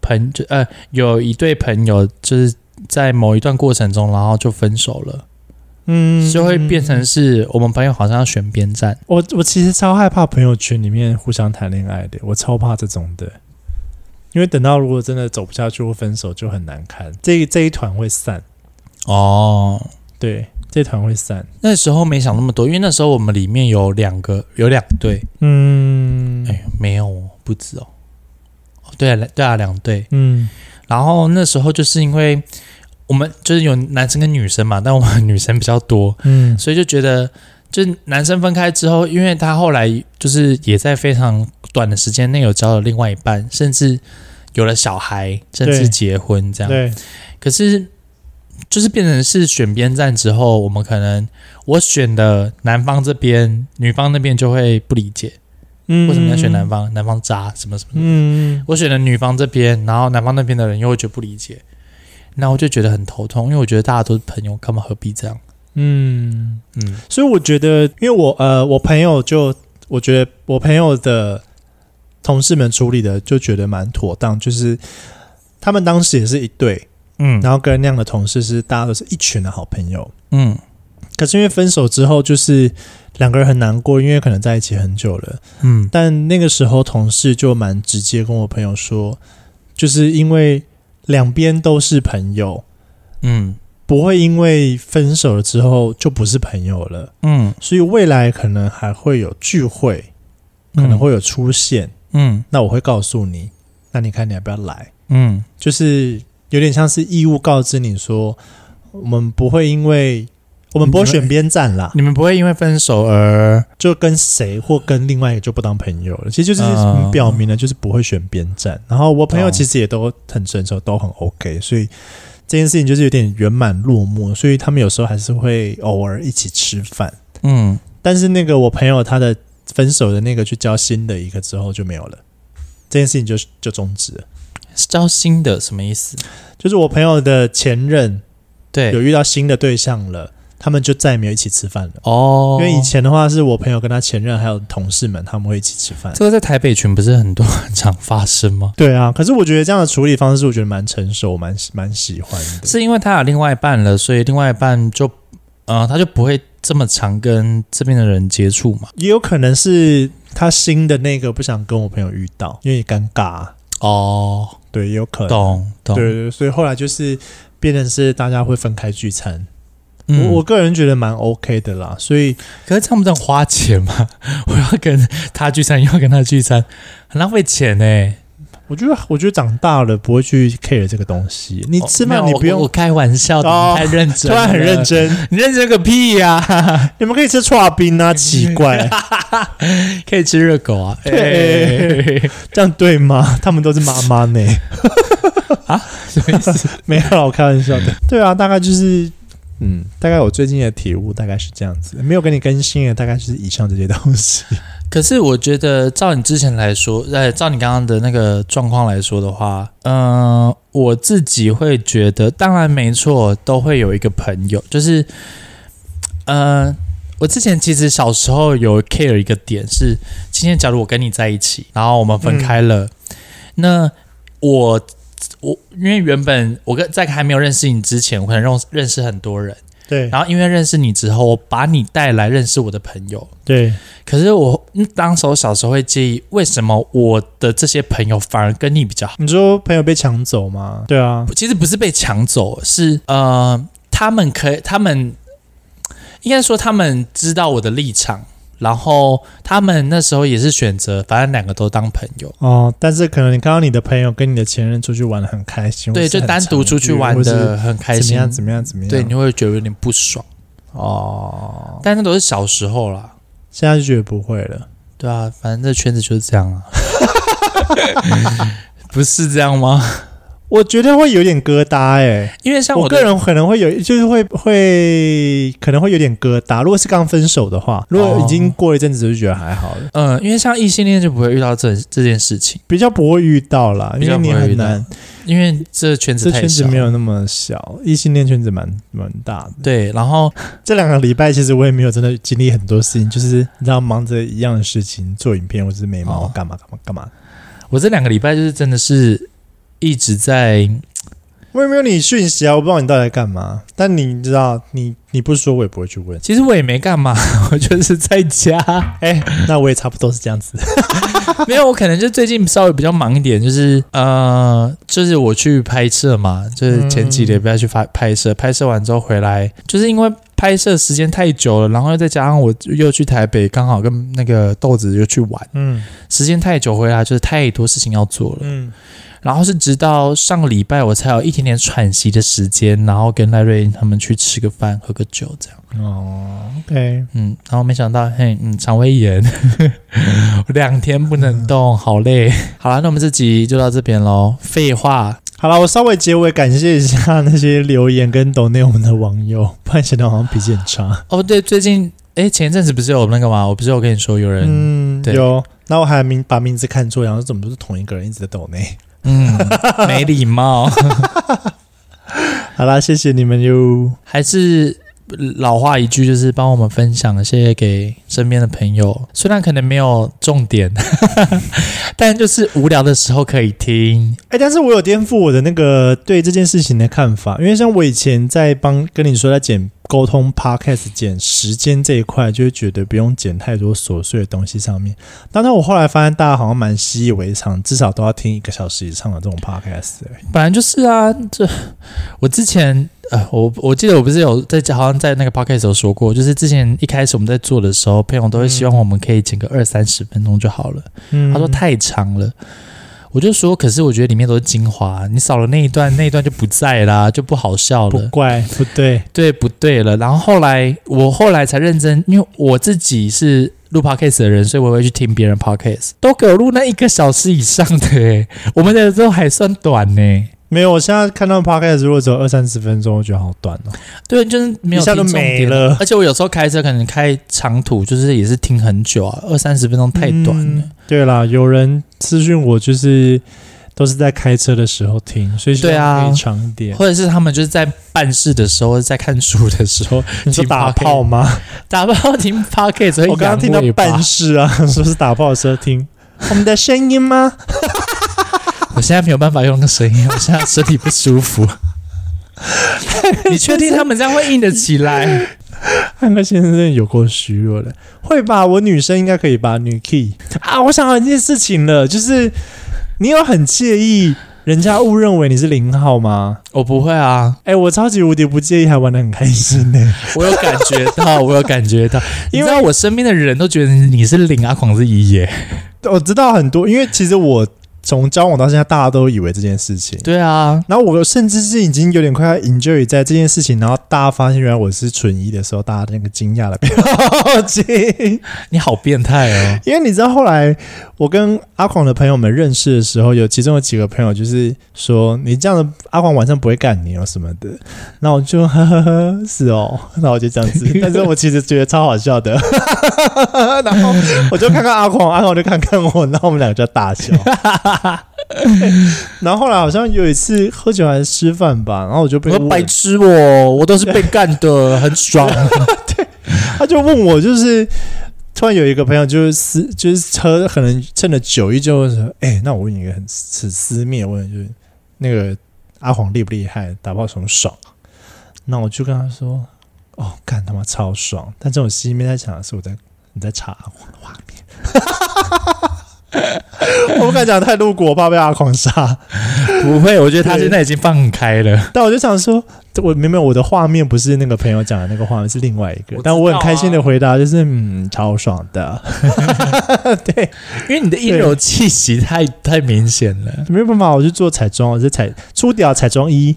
[SPEAKER 1] 朋就呃有一对朋友就是在某一段过程中，然后就分手了，
[SPEAKER 2] 嗯
[SPEAKER 1] 就会变成是我们朋友好像要选边站。
[SPEAKER 2] 我我其实超害怕朋友圈里面互相谈恋爱的，我超怕这种的。因为等到如果真的走不下去或分手，就很难看。这这一团会散，嗯
[SPEAKER 1] 哦，
[SPEAKER 2] 对，这一团会散。
[SPEAKER 1] 那时候没想那么多，因为那时候我们里面有两个有两对，
[SPEAKER 2] 嗯，
[SPEAKER 1] 哎、没有哦，不止哦。哦对啊，对啊，两对。
[SPEAKER 2] 嗯
[SPEAKER 1] 然后那时候就是因为我们就是有男生跟女生嘛，但我们女生比较多，
[SPEAKER 2] 嗯
[SPEAKER 1] 所以就觉得就是男生分开之后，因为他后来就是也在非常短的时间内有交了另外一半，甚至有了小孩，甚
[SPEAKER 2] 对
[SPEAKER 1] 至结婚这样。
[SPEAKER 2] 对，
[SPEAKER 1] 可是就是变成是选边站之后，我们可能我选的男方这边，女方那边就会不理解，
[SPEAKER 2] 嗯
[SPEAKER 1] 为什么要选男？方？男方渣什么什么的
[SPEAKER 2] 嗯，
[SPEAKER 1] 我选了女方这边，然后男方那边的人又会觉得不理解，那我就觉得很头痛，因为我觉得大家都是朋友，干嘛何必这样？
[SPEAKER 2] 嗯，
[SPEAKER 1] 嗯，
[SPEAKER 2] 所以我觉得，因为我呃，我朋友就我觉得我朋友的同事们处理的就觉得蛮妥当，就是他们当时也是一对，
[SPEAKER 1] 嗯
[SPEAKER 2] 然后跟那样的同事是大家都是一群的好朋友，
[SPEAKER 1] 嗯
[SPEAKER 2] 可是因为分手之后就是两个人很难过，因为可能在一起很久了，
[SPEAKER 1] 嗯，
[SPEAKER 2] 但那个时候同事就蛮直接跟我朋友说，就是因为两边都是朋友。
[SPEAKER 1] 嗯
[SPEAKER 2] 不会因为分手了之后就不是朋友了，
[SPEAKER 1] 嗯，
[SPEAKER 2] 所以未来可能还会有聚会，
[SPEAKER 1] 可
[SPEAKER 2] 可能，会有出现，
[SPEAKER 1] 嗯
[SPEAKER 2] 那我会告诉你，那你看你要不要来？
[SPEAKER 1] 嗯
[SPEAKER 2] 就是有点像是义务告知你说，我们不会因为我们不会选边站啦，
[SPEAKER 1] 你们不会因为分手而
[SPEAKER 2] 就跟谁或跟另外一个就不当朋友了。其实就是
[SPEAKER 1] 嗯
[SPEAKER 2] 表明了，就是不会选边站。然后我朋友
[SPEAKER 1] 懂
[SPEAKER 2] 其实也都很成熟，都很 OK，所以这件事情就是有点圆满落幕。所以他们有时候还是会偶尔一起吃饭。
[SPEAKER 1] 嗯
[SPEAKER 2] 但是那个我朋友他的分手的那个去交新的一个之后就没有了，这件事情就就终止了。
[SPEAKER 1] 交心的什么意思？
[SPEAKER 2] 就是我朋友的前任有
[SPEAKER 1] 对，
[SPEAKER 2] 遇到新的对象了，他们就再也没有一起吃饭了。
[SPEAKER 1] 哦
[SPEAKER 2] 因为以前的话，是我朋友跟他前任还有同事们，他们会一起吃饭。
[SPEAKER 1] 这个在台北群不是很多很常发生吗？
[SPEAKER 2] 对啊，可是我觉得这样的处理方式，我觉得蛮成熟，我蛮蛮喜欢的。
[SPEAKER 1] 是因为他有另外一半了，所以另外一半就，呃，他就不会这么常跟这边的人接触嘛。
[SPEAKER 2] 也有可能是他新的那个不想跟我朋友遇到，因为尴尬啊，
[SPEAKER 1] 哦，
[SPEAKER 2] 对，也有可能。
[SPEAKER 1] 懂懂，
[SPEAKER 2] 对对，对所以后来就是变成是大家会分开聚餐。
[SPEAKER 1] 嗯，
[SPEAKER 2] 我我
[SPEAKER 1] 我
[SPEAKER 2] 个人觉得蛮 OK 的啦，所以
[SPEAKER 1] 可是这样不能花钱吗？ [laughs] 我要跟他聚餐，又要跟他聚餐，很浪费钱呢、
[SPEAKER 2] 我觉得我觉得长大了不会去 care 这个东西。你
[SPEAKER 1] 哦
[SPEAKER 2] 吃
[SPEAKER 1] 没
[SPEAKER 2] 饭
[SPEAKER 1] 有
[SPEAKER 2] 你
[SPEAKER 1] 我
[SPEAKER 2] 不用
[SPEAKER 1] 我我开玩笑的，
[SPEAKER 2] 哦
[SPEAKER 1] 你太认真，
[SPEAKER 2] 突然很认，真，
[SPEAKER 1] [laughs] 你认真个屁呀、
[SPEAKER 2] [laughs]
[SPEAKER 1] [laughs]
[SPEAKER 2] 你们可以吃串冰啊，奇怪，
[SPEAKER 1] 可以吃热狗啊，
[SPEAKER 2] 对
[SPEAKER 1] 哎 [laughs]
[SPEAKER 2] 这样对吗？他们都是妈妈呢。
[SPEAKER 1] 什么意思？
[SPEAKER 2] 没有啦，我开玩笑
[SPEAKER 1] [laughs]
[SPEAKER 2] 的。对啊，大概就是，嗯，大概我最近的体悟大概是这样子，没有跟你更新的大概是以上这些
[SPEAKER 1] [laughs]
[SPEAKER 2] 东西。
[SPEAKER 1] 可是我觉得，照你之前来说，呃，照你刚刚的那个状况来说的话，嗯、我自己会觉得，当然没错，都会有一个朋友，就是，呃，我之前其实小时候有 care 一个点是，今天假如我跟你在一起，然后我们分开了，那我我因为原本我跟在还没有认识你之前，我可能认认识很多人，
[SPEAKER 2] 对
[SPEAKER 1] 然后因为认识你之后，我把你带来认识我的朋友。
[SPEAKER 2] 对，
[SPEAKER 1] 可是我嗯当时候小时候会介意，为什么我的这些朋友反而跟你比较好？
[SPEAKER 2] 你说朋友被抢走吗？对啊，
[SPEAKER 1] 其实不是被抢走，是呃，他们可以，他们应该说他们知道我的立场，然后他们那时候也是选择，反正两个都当朋友。
[SPEAKER 2] 哦，但是可能你刚刚你的朋友跟你的前任出去玩的很开心，
[SPEAKER 1] 对，
[SPEAKER 2] 或嗯是
[SPEAKER 1] 就
[SPEAKER 2] 很
[SPEAKER 1] 单独
[SPEAKER 2] 常
[SPEAKER 1] 出去
[SPEAKER 2] 约
[SPEAKER 1] 玩
[SPEAKER 2] 或是
[SPEAKER 1] 的很开
[SPEAKER 2] 怎么
[SPEAKER 1] 心，
[SPEAKER 2] 样怎么样怎么样，
[SPEAKER 1] 对，你会觉得有点不爽，
[SPEAKER 2] 哦，
[SPEAKER 1] 但那都是小时候啦。
[SPEAKER 2] 现在就觉得不会了。
[SPEAKER 1] 对啊，反正这圈子就是这样
[SPEAKER 2] [laughs]
[SPEAKER 1] 啊， [laughs] 不是这样吗？
[SPEAKER 2] 我觉得会有点疙瘩哎、
[SPEAKER 1] 因为像
[SPEAKER 2] 我
[SPEAKER 1] 我的
[SPEAKER 2] 个人可能会有，就是会会可能会有点疙瘩。如果是刚分手的话，如果已经过了一阵子，就觉得还好了。
[SPEAKER 1] 嗯，因为像异性恋就不会遇到这这件事情，
[SPEAKER 2] 比较不会遇到啦，
[SPEAKER 1] 比
[SPEAKER 2] 因
[SPEAKER 1] 较
[SPEAKER 2] 为
[SPEAKER 1] 不
[SPEAKER 2] 你
[SPEAKER 1] 会遇
[SPEAKER 2] 很
[SPEAKER 1] 到
[SPEAKER 2] 难，
[SPEAKER 1] 因为这圈子
[SPEAKER 2] 这
[SPEAKER 1] 太
[SPEAKER 2] 圈子
[SPEAKER 1] 小
[SPEAKER 2] 没有那么小，异性恋圈子蛮蛮大的。
[SPEAKER 1] 对，然后
[SPEAKER 2] 这两个礼拜其实我也没有真的经历很多事情，就是你知道忙着一样的事情，做影片或者是眉毛
[SPEAKER 1] 哦
[SPEAKER 2] 干嘛干嘛干嘛。
[SPEAKER 1] 我这两个礼拜就是真的是一直在，
[SPEAKER 2] 我也没有你讯息啊，我不知道你到底在干嘛。但你知道，你你不说我也不会去问。
[SPEAKER 1] 其实我也没干嘛， [laughs] 我就是在家，
[SPEAKER 2] [laughs] 哎、那我也差不多是这样子。
[SPEAKER 1] 没有，我可能就最近稍微比较忙一点，就是呃，就是我去拍摄嘛，就是前几礼拜去发拍摄，拍摄完之后回来，就是因为。拍摄时间太久了，然后又再加上我又去台北，刚好跟那个豆子又去玩，
[SPEAKER 2] 嗯
[SPEAKER 1] 时间太久回来就是太多事情要做了，
[SPEAKER 2] 嗯，
[SPEAKER 1] 然后是直到上个礼拜我才有一点点喘息的时间，然后跟赖瑞英他们去吃个饭、喝个酒这样。
[SPEAKER 2] 哦，OK，
[SPEAKER 1] 嗯，然后没想到，嘿，嗯，肠胃炎， [laughs] 我两天不能动，好累。好了，那我们这集就到这边喽。废话，
[SPEAKER 2] 好了，我稍微结尾感谢一下那些留言跟抖内我们的网友， [laughs] 不然显得好像脾气很差。
[SPEAKER 1] 哦，对，最近，哎，前一阵子不是有那个吗？我不是有跟你说有人，
[SPEAKER 2] 嗯，
[SPEAKER 1] 对
[SPEAKER 2] 有。那我还名把名字看错，然后怎么都是同一个人一直在抖内。
[SPEAKER 1] 嗯，没礼貌，
[SPEAKER 2] 好啦，谢谢你们哟。
[SPEAKER 1] 还是。老话一句，就是帮我们分享，谢谢给身边的朋友。虽然可能没有重点， [laughs] 但就是无聊的时候可以听。
[SPEAKER 2] 哎，但是我有颠覆我的那个对这件事情的看法，因为像我以前在帮跟你说在剪沟通 podcast 剪时间这一块，就会觉得不用剪太多琐碎的东西上面。但是我后来发现大家好像蛮习以为常，至少都要听一个小时以上的这种 podcast、欸。
[SPEAKER 1] 本来就是啊，这我之前呃，我我记得我不是有在好像在那个 podcast 有说过，就是之前一开始我们在做的时候，朋友都会希望我们可以剪个二三十分钟就好了，
[SPEAKER 2] 嗯
[SPEAKER 1] 他说太长了。我就说，可是我觉得里面都是精华，你少了那一段，那一段就不在啦，就不好笑
[SPEAKER 2] 不
[SPEAKER 1] 了，
[SPEAKER 2] 怪不对。
[SPEAKER 1] 对不对了？然后后来我后来才认真，因为我自己是录 podcast 的人，所以我会去听别人 podcast，都给我录那一个小时以上的、欸， [laughs] 我们的都还算短呢、
[SPEAKER 2] 没有，我现在看到 podcast 如果只有二三十分钟，我觉得好短哦。
[SPEAKER 1] 对，就是没有
[SPEAKER 2] 一下就
[SPEAKER 1] 听重
[SPEAKER 2] 没
[SPEAKER 1] 点
[SPEAKER 2] 了
[SPEAKER 1] 而且我有时候开车可能开长途，就是也是听很久啊，二三十分钟太短了。
[SPEAKER 2] 嗯对啦，有人私讯我就是都是在开车的时候听，所以
[SPEAKER 1] 对啊
[SPEAKER 2] 希望可以长一点。
[SPEAKER 1] 或者是他们就是在办事的时候，或者在看书的 [laughs] 时候，
[SPEAKER 2] 你说
[SPEAKER 1] 听
[SPEAKER 2] 打
[SPEAKER 1] podcast
[SPEAKER 2] 炮吗？
[SPEAKER 1] 打包听 p o c k e t 会
[SPEAKER 2] 我刚刚听到
[SPEAKER 1] 扬尾巴
[SPEAKER 2] 办事啊，说是打炮的时候听我们的声音吗？
[SPEAKER 1] 我现在没有办法用那个声音，我现在身体不舒 [laughs] 服。你确定他们这样会硬得起来？
[SPEAKER 2] 汉克先生有够虚弱的，会吧？我女生应该可以吧？女 key 啊，我想到一件事情了，就是你有很介意人家误认为你是零号吗？
[SPEAKER 1] 我不会啊，
[SPEAKER 2] 哎、我超级无敌不介意，还玩的很开心呢、
[SPEAKER 1] 我有感觉到，我有感觉到，
[SPEAKER 2] 因为
[SPEAKER 1] [laughs] 因为我身边的人都觉得你是零阿狂是一耶。
[SPEAKER 2] [laughs] 我知道很多，因为其实我从交往到现在，大家都以为这件事情。
[SPEAKER 1] 对 [laughs] 啊，
[SPEAKER 2] 然后我甚至是已经有点快要 enjoy 在这件事情，然后大家发现原来我是纯一的时候，大家那个惊讶的
[SPEAKER 1] 哦
[SPEAKER 2] 表情。
[SPEAKER 1] 你好变态哦。
[SPEAKER 2] 因为你知道后来我跟阿狂的朋友们认识的时候，有其中有几个朋友就是说你这样的阿狂晚上不会干你哦什么的，那我就呵呵呵是哦， [laughs] 那我就这样子，但是我其实觉得超好笑的， [laughs] 然后我就看看阿狂，阿狂就看看我，然后我们两个就大笑。 [laughs] 然后后来好像有一次喝酒还是吃饭吧，然后我就被
[SPEAKER 1] 我
[SPEAKER 2] 问
[SPEAKER 1] 白痴哦，我都是被干的，很 [laughs] 爽。
[SPEAKER 2] 他就问我，就是突然有一个朋友就是私，就是喝，可能趁着酒意就说，哎、那我问你一个很很私密的问题，就是那个阿黄厉不厉害，打炮爽不爽？那我就跟他说，哦，干他妈超爽！但这种心里面在想的是我在你在查阿黄的画面。我不敢讲太露骨，我怕被阿狂杀。
[SPEAKER 1] 不会，我觉得他现在已经放很开了。
[SPEAKER 2] 但我就想说，我明明我的画面不是那个朋友讲的那个画面，是另外一
[SPEAKER 1] 我
[SPEAKER 2] 个。
[SPEAKER 1] 知道啊
[SPEAKER 2] 但我很开心的回答就是，嗯，超爽的。对，
[SPEAKER 1] 因为你的阴柔气息太太明显了。
[SPEAKER 2] 没有办法，我去做彩妆，我是彩出屌彩妆衣，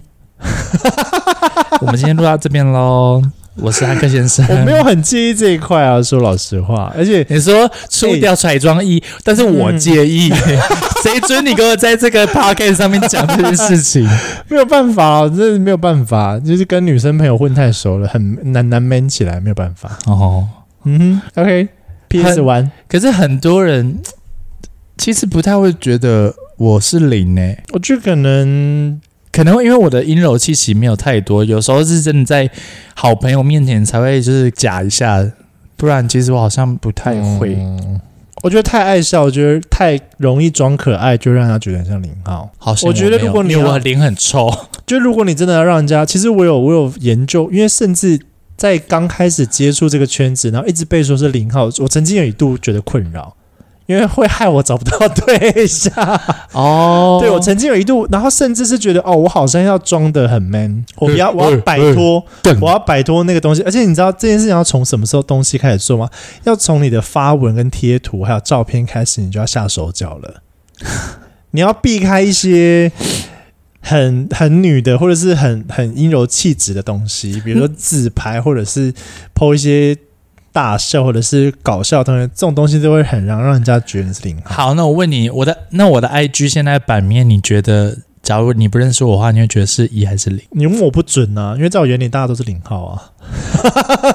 [SPEAKER 1] 我们今天录到这边喽，我是汉克先 [laughs] 生。
[SPEAKER 2] 我没有很介意这一块啊，说老实话，而且。
[SPEAKER 1] 你说出掉彩妆衣，但是我介意，
[SPEAKER 2] 嗯
[SPEAKER 1] [laughs] 谁准你给我在这个 podcast 上面讲这件事
[SPEAKER 2] [laughs]
[SPEAKER 1] 情？
[SPEAKER 2] 没有办法，真的没有办法，就是跟女生朋友混太熟了，很难难 man 起来，没有办法。
[SPEAKER 1] 哦，
[SPEAKER 2] 嗯哼，OK，PS
[SPEAKER 1] 很
[SPEAKER 2] 完，
[SPEAKER 1] 可是很多人其实不太会觉得我是零诶、
[SPEAKER 2] 我觉得可能
[SPEAKER 1] 可能会因为我的阴柔气息没有太多，有时候是真的在好朋友面前才会就是假一下，不然其实我好像不太会。
[SPEAKER 2] 嗯我觉得太爱笑，我觉得太容易装可爱，就让他觉得很像零号。
[SPEAKER 1] 好险
[SPEAKER 2] 我觉得
[SPEAKER 1] 没有
[SPEAKER 2] 如果你
[SPEAKER 1] 因为
[SPEAKER 2] 要
[SPEAKER 1] 我脸很臭，
[SPEAKER 2] 就如果你真的要让人家，其实我有我有研究，因为甚至在刚开始接触这个圈子，然后一直被说是零号，我曾经有一度觉得困扰，因为会害我找不到对象。
[SPEAKER 1] 哦
[SPEAKER 2] 对我曾经有一度，然后甚至是觉得哦，我好像要装的很 man，我不要，我要摆脱，我要摆脱那个东西。而且你知道这件事情要从什么时候东西开始做吗？要从你的发文、跟贴图还有照片开始，你就要下手脚了。 [laughs] 你要避开一些很很女的，或者是很很阴柔气质的东西，比如说自拍，或者是 PO 一些大笑，或者是搞笑的东西，这种东西都会很让让人家觉得你是零号。
[SPEAKER 1] 好，那我问你，我的那我的 IG 现在版面，你觉得假如你不认识我的话，你会觉得是一还是零？
[SPEAKER 2] 你问我不准啊，因为在我眼里大家都是零号啊。 [laughs]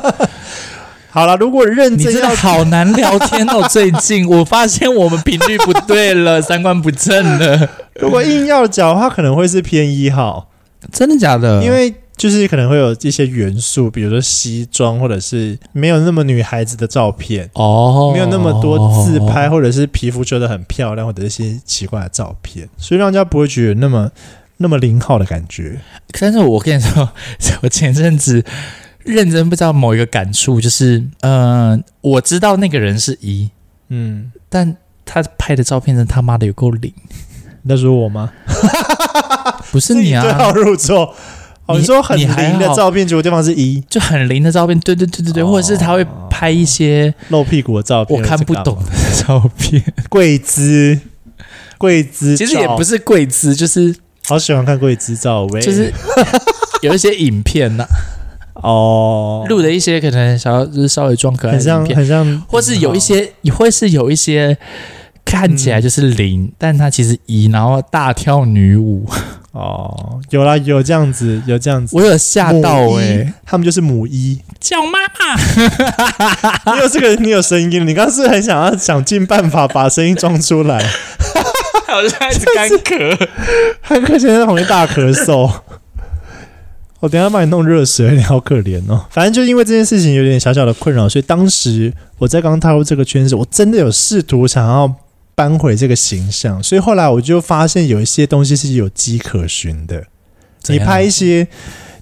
[SPEAKER 2] 好了，如果认
[SPEAKER 1] 你
[SPEAKER 2] 真
[SPEAKER 1] 真的
[SPEAKER 2] 嗯要
[SPEAKER 1] 好难聊天
[SPEAKER 2] [laughs]
[SPEAKER 1] 哦！最近我发现我们频率不对了，三观不正
[SPEAKER 2] [laughs]
[SPEAKER 1] 了，
[SPEAKER 2] 如果硬要讲的话，可能会是偏一号，
[SPEAKER 1] 真的假的？
[SPEAKER 2] 因为就是可能会有一些元素，比如说西装，或者是没有那么女孩子的照片，
[SPEAKER 1] 哦，
[SPEAKER 2] 没有那么多自拍，，或者是皮肤修得很漂亮，或者是一些奇怪的照片，所以让人家不会觉得那么那么零号的感觉。
[SPEAKER 1] 但是我跟你说，我前阵子认真不知道某一个感触，就是嗯、呃我知道那个人是一，
[SPEAKER 2] 嗯，
[SPEAKER 1] 但他拍的照片真他妈的有够零，
[SPEAKER 2] 那是我吗？
[SPEAKER 1] 不是你啊，
[SPEAKER 2] 对号入座。哦，
[SPEAKER 1] 你
[SPEAKER 2] 你说很
[SPEAKER 1] 你还
[SPEAKER 2] 零的
[SPEAKER 1] 好
[SPEAKER 2] 照片，结果对方是一。
[SPEAKER 1] 就很灵的照片，对对对对对，
[SPEAKER 2] 哦
[SPEAKER 1] 或者是他会拍一些
[SPEAKER 2] 露屁股的照片，
[SPEAKER 1] 我看不懂的照片，
[SPEAKER 2] 跪姿，跪姿
[SPEAKER 1] [laughs] 其
[SPEAKER 2] 照，
[SPEAKER 1] 实也不是跪姿，就是
[SPEAKER 2] 好喜欢看跪姿照，喂，
[SPEAKER 1] 就是有一些影片啊呐、
[SPEAKER 2] 哦，
[SPEAKER 1] [laughs] 录的一些可能想要就是稍微装可爱
[SPEAKER 2] 很
[SPEAKER 1] 的影
[SPEAKER 2] 像
[SPEAKER 1] 片，
[SPEAKER 2] 很像，
[SPEAKER 1] 或是有一些，或是有一些看起来就是零，但他其实一，然后大跳女舞，
[SPEAKER 2] 哦，有啦，有这样子，有这样子。
[SPEAKER 1] 我有吓到
[SPEAKER 2] 母
[SPEAKER 1] 哎、
[SPEAKER 2] 一他们就是母一。
[SPEAKER 1] 叫妈妈，
[SPEAKER 2] 你有这个，你有声音，你刚刚是很想要想尽办法把声音装出来。
[SPEAKER 1] 我就开始 [laughs] 干咳，
[SPEAKER 2] [laughs] 汉克现在在旁边大咳嗽。 [laughs] 我等一下帮你弄热水，你好可怜哦。反正就因为这件事情有点小小的困扰，所以当时我在刚踏入这个圈子，我真的有试图想要扳回这个形象。所以后来我就发现有一些东西是有迹可循的。
[SPEAKER 1] 怎
[SPEAKER 2] 你
[SPEAKER 1] 样
[SPEAKER 2] 拍一些，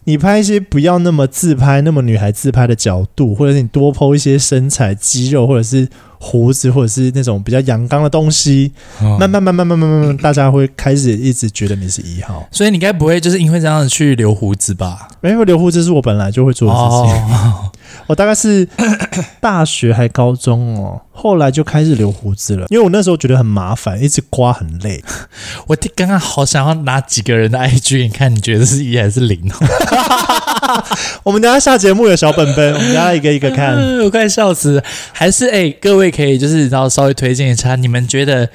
[SPEAKER 2] 你拍一些不要那么自拍、那么女孩自拍的角度，或者是你多剖一些身材、肌肉，或者是胡子，或者是那种比较阳刚的东西，
[SPEAKER 1] 哦
[SPEAKER 2] 慢慢慢慢慢慢慢慢，大家会开始一直觉得你是一
[SPEAKER 1] [laughs]
[SPEAKER 2] 号。
[SPEAKER 1] 所以你该不会就是因为这样子去留胡子吧？
[SPEAKER 2] 因为留胡子是我本来就会做的事情，
[SPEAKER 1] 哦，
[SPEAKER 2] 我大概是大学还高中哦，后来就开始留胡子了，因为我那时候觉得很麻烦，一直刮很累。
[SPEAKER 1] 我听刚刚好想要拿几个人的 IG 给你看，你觉得是一还是零哦？
[SPEAKER 2] 我们等一下下节目有小本本，我们等一下一个一个看。
[SPEAKER 1] [laughs] 我快笑死了！还是哎、各位可以就是然后稍微推荐一下，你们觉得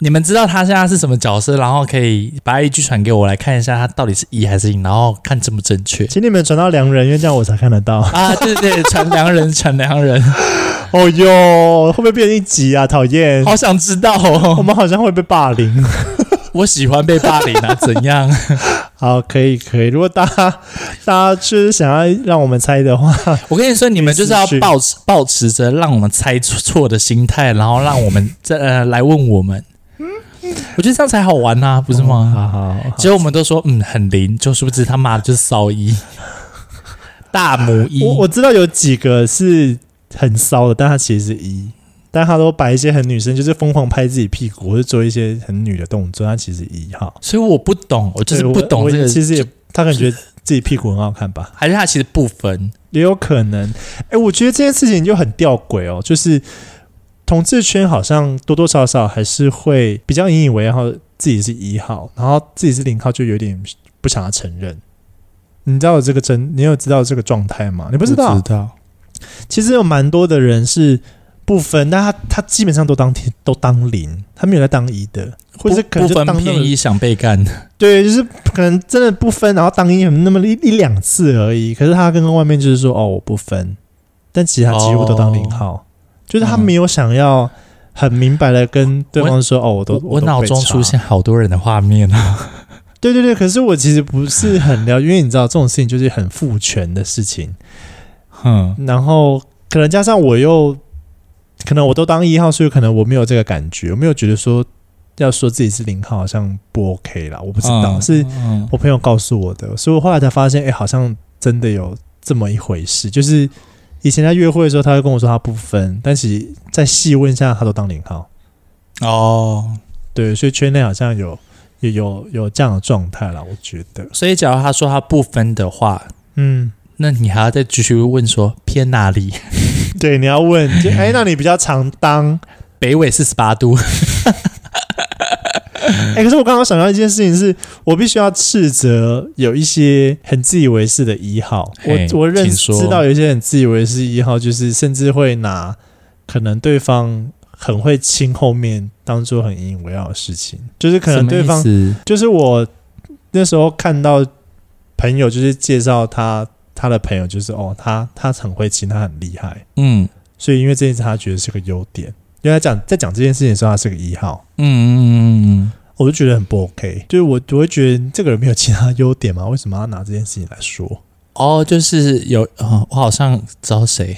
[SPEAKER 1] 你们知道他现在是什么角色，然后可以把 IG 传给我来看一下，他到底是一还是零，然后看正不正确
[SPEAKER 2] 请你们转到良人，因为这样我才看得到。
[SPEAKER 1] [laughs] 啊？对对对，传良人，传良人，
[SPEAKER 2] 哦哟，会不会变一集啊？讨
[SPEAKER 1] [laughs]
[SPEAKER 2] 厌，
[SPEAKER 1] 好想知道
[SPEAKER 2] 我
[SPEAKER 1] 哦！
[SPEAKER 2] 们好像会被霸凌。
[SPEAKER 1] 我喜欢被霸凌啊，怎样？
[SPEAKER 2] 好，可以可以。如果大家大家就是想要让我们猜的话，
[SPEAKER 1] 我跟你说，你们就是要
[SPEAKER 2] 私讯
[SPEAKER 1] 抱持抱持着让我们猜错的心态，然后让我们再呃来问我们，我觉得这样才好玩呐、不是吗？
[SPEAKER 2] 哦好好好
[SPEAKER 1] 结果我们都说嗯很灵，就是不知他妈的就是骚一， [laughs] 大母一，
[SPEAKER 2] 我我知道有几个是很骚的，但他其实是一，但他都摆一些很女生，就是疯狂拍自己屁股，或者做一些很女的动作。他其实一号，
[SPEAKER 1] 所以我不懂，我就是
[SPEAKER 2] 对
[SPEAKER 1] 不
[SPEAKER 2] 我
[SPEAKER 1] 懂
[SPEAKER 2] 我
[SPEAKER 1] 这个，
[SPEAKER 2] 其实也，他感觉得自己屁股很好看吧，
[SPEAKER 1] 还是他其实不分
[SPEAKER 2] 也有可能。哎、我觉得这件事情就很吊诡哦，就是同志圈好像多多少少还是会比较引以为傲自己是一号，然后自己是零号就有点不想要承认。你知道有这个真，你有知道这个状态吗？你不知道？
[SPEAKER 1] 道，
[SPEAKER 2] 其实有蛮多的人是不分，但他他基本上都当天都当零，他没有在当一的，或者是
[SPEAKER 1] 不
[SPEAKER 2] 可能
[SPEAKER 1] 不
[SPEAKER 2] 就
[SPEAKER 1] 分
[SPEAKER 2] 当那
[SPEAKER 1] 偏
[SPEAKER 2] 么
[SPEAKER 1] 一想被干，
[SPEAKER 2] 对，就是可能真的不分，然后当一可能那么一一两次而已。可是他跟外面就是说哦我不分，但其实他几乎都当零
[SPEAKER 1] 哦
[SPEAKER 2] 号，就是他没有想要很明白的跟对方说哦我都
[SPEAKER 1] 我我
[SPEAKER 2] 都被
[SPEAKER 1] 脑中
[SPEAKER 2] 查
[SPEAKER 1] 出现好多人的画面啊，
[SPEAKER 2] 对对对，可是我其实不是很了解，因为你知道这种事情就是很父权的事情，
[SPEAKER 1] 哼，
[SPEAKER 2] 然后可能加上我又，可能我都当一号，所以可能我没有这个感觉，我没有觉得说要说自己是零号好像不 OK 啦，我
[SPEAKER 1] 不
[SPEAKER 2] 不知道，是
[SPEAKER 1] 嗯
[SPEAKER 2] 我朋友告诉我的，所以我后来才发现，哎、好像真的有这么一回事，就是以前在约会的时候，他会跟我说他不分，但其实再细问一下，他都当零号，
[SPEAKER 1] 哦，
[SPEAKER 2] 对，所以圈内好像有。有有有这样的状态啦，我觉得，
[SPEAKER 1] 所以假如他说他不分的话，
[SPEAKER 2] 嗯，
[SPEAKER 1] 那你还要再继续问说偏哪里？ [laughs]
[SPEAKER 2] 对，你要问，就哎、那你比较常当，
[SPEAKER 1] 北纬四十八度，
[SPEAKER 2] [laughs] 哎、可是我刚刚想到一件事情是，我必须要斥责有一些很自以为是的一号。
[SPEAKER 1] 嘿
[SPEAKER 2] 我我认
[SPEAKER 1] 请说
[SPEAKER 2] 知道有一些很自以为是一号，就是甚至会拿可能对方很会亲后面当做很引以为傲的事情，就是可能 [laughs] 对方
[SPEAKER 1] 什么意思
[SPEAKER 2] 就是我那时候看到朋友就是介绍他他的朋友就是哦，他他很会亲，他很厉害，
[SPEAKER 1] 嗯
[SPEAKER 2] 所以因为这件事他觉得是个优点，因为他讲在讲这件事情的时候他是个一号。
[SPEAKER 1] 嗯嗯嗯
[SPEAKER 2] 我就觉得很不 OK，就是我我会觉得这个人没有其他优点吗？为什么要拿这件事情来说？
[SPEAKER 1] 哦，就是有哦，我好像知道谁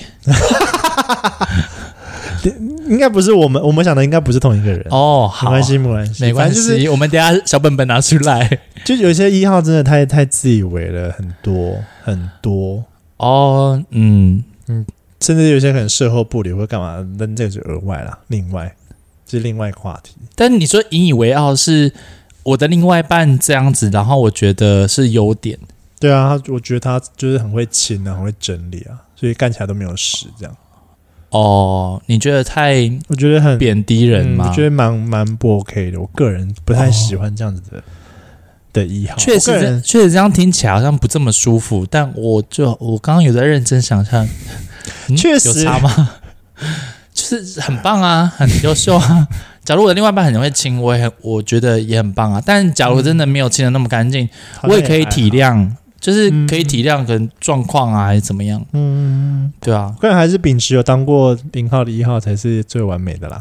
[SPEAKER 2] 应该不是我们我们想的，应该不是同一个人。
[SPEAKER 1] 哦，
[SPEAKER 2] 没
[SPEAKER 1] 好，
[SPEAKER 2] 关系，没关系，
[SPEAKER 1] 没关系，
[SPEAKER 2] 反正就是
[SPEAKER 1] 我们等一下小本本拿出来 [laughs]
[SPEAKER 2] 就有些一号真的太太自以为了，很多很多，
[SPEAKER 1] 哦，嗯，
[SPEAKER 2] 甚至有些可能事后不理或干嘛，但这个是额外啦，另外这是另外一个话题。
[SPEAKER 1] 但你说引以为傲是我的另外一半这样子，然后我觉得是优点，
[SPEAKER 2] 对啊，他我觉得他就是很会亲啊，很会整理啊，所以干起来都没有屎这样，
[SPEAKER 1] 哦，你觉得太
[SPEAKER 2] 我觉得很
[SPEAKER 1] 贬低人
[SPEAKER 2] 嗯
[SPEAKER 1] 吗？哦
[SPEAKER 2] 我觉得蛮蛮不 OK 的，我个人不太喜欢这样子的、的一号。
[SPEAKER 1] 确实
[SPEAKER 2] 哦我个
[SPEAKER 1] 这，
[SPEAKER 2] 人
[SPEAKER 1] 确实这样听起来好像不这么舒服，但我就我刚刚有在认真想象，嗯
[SPEAKER 2] 确实
[SPEAKER 1] 有差吗？ [laughs] 就是很棒啊，很优秀啊。假如我的另外一半很会亲，我也很我觉得也很棒啊。但假如真的没有亲的那么干净，
[SPEAKER 2] 嗯好像
[SPEAKER 1] 我也可以体谅就是可以体谅可能状况啊，还是怎么样，
[SPEAKER 2] 嗯，
[SPEAKER 1] 对啊，
[SPEAKER 2] 个人还是秉持有当过零号的一号才是最完美的啦。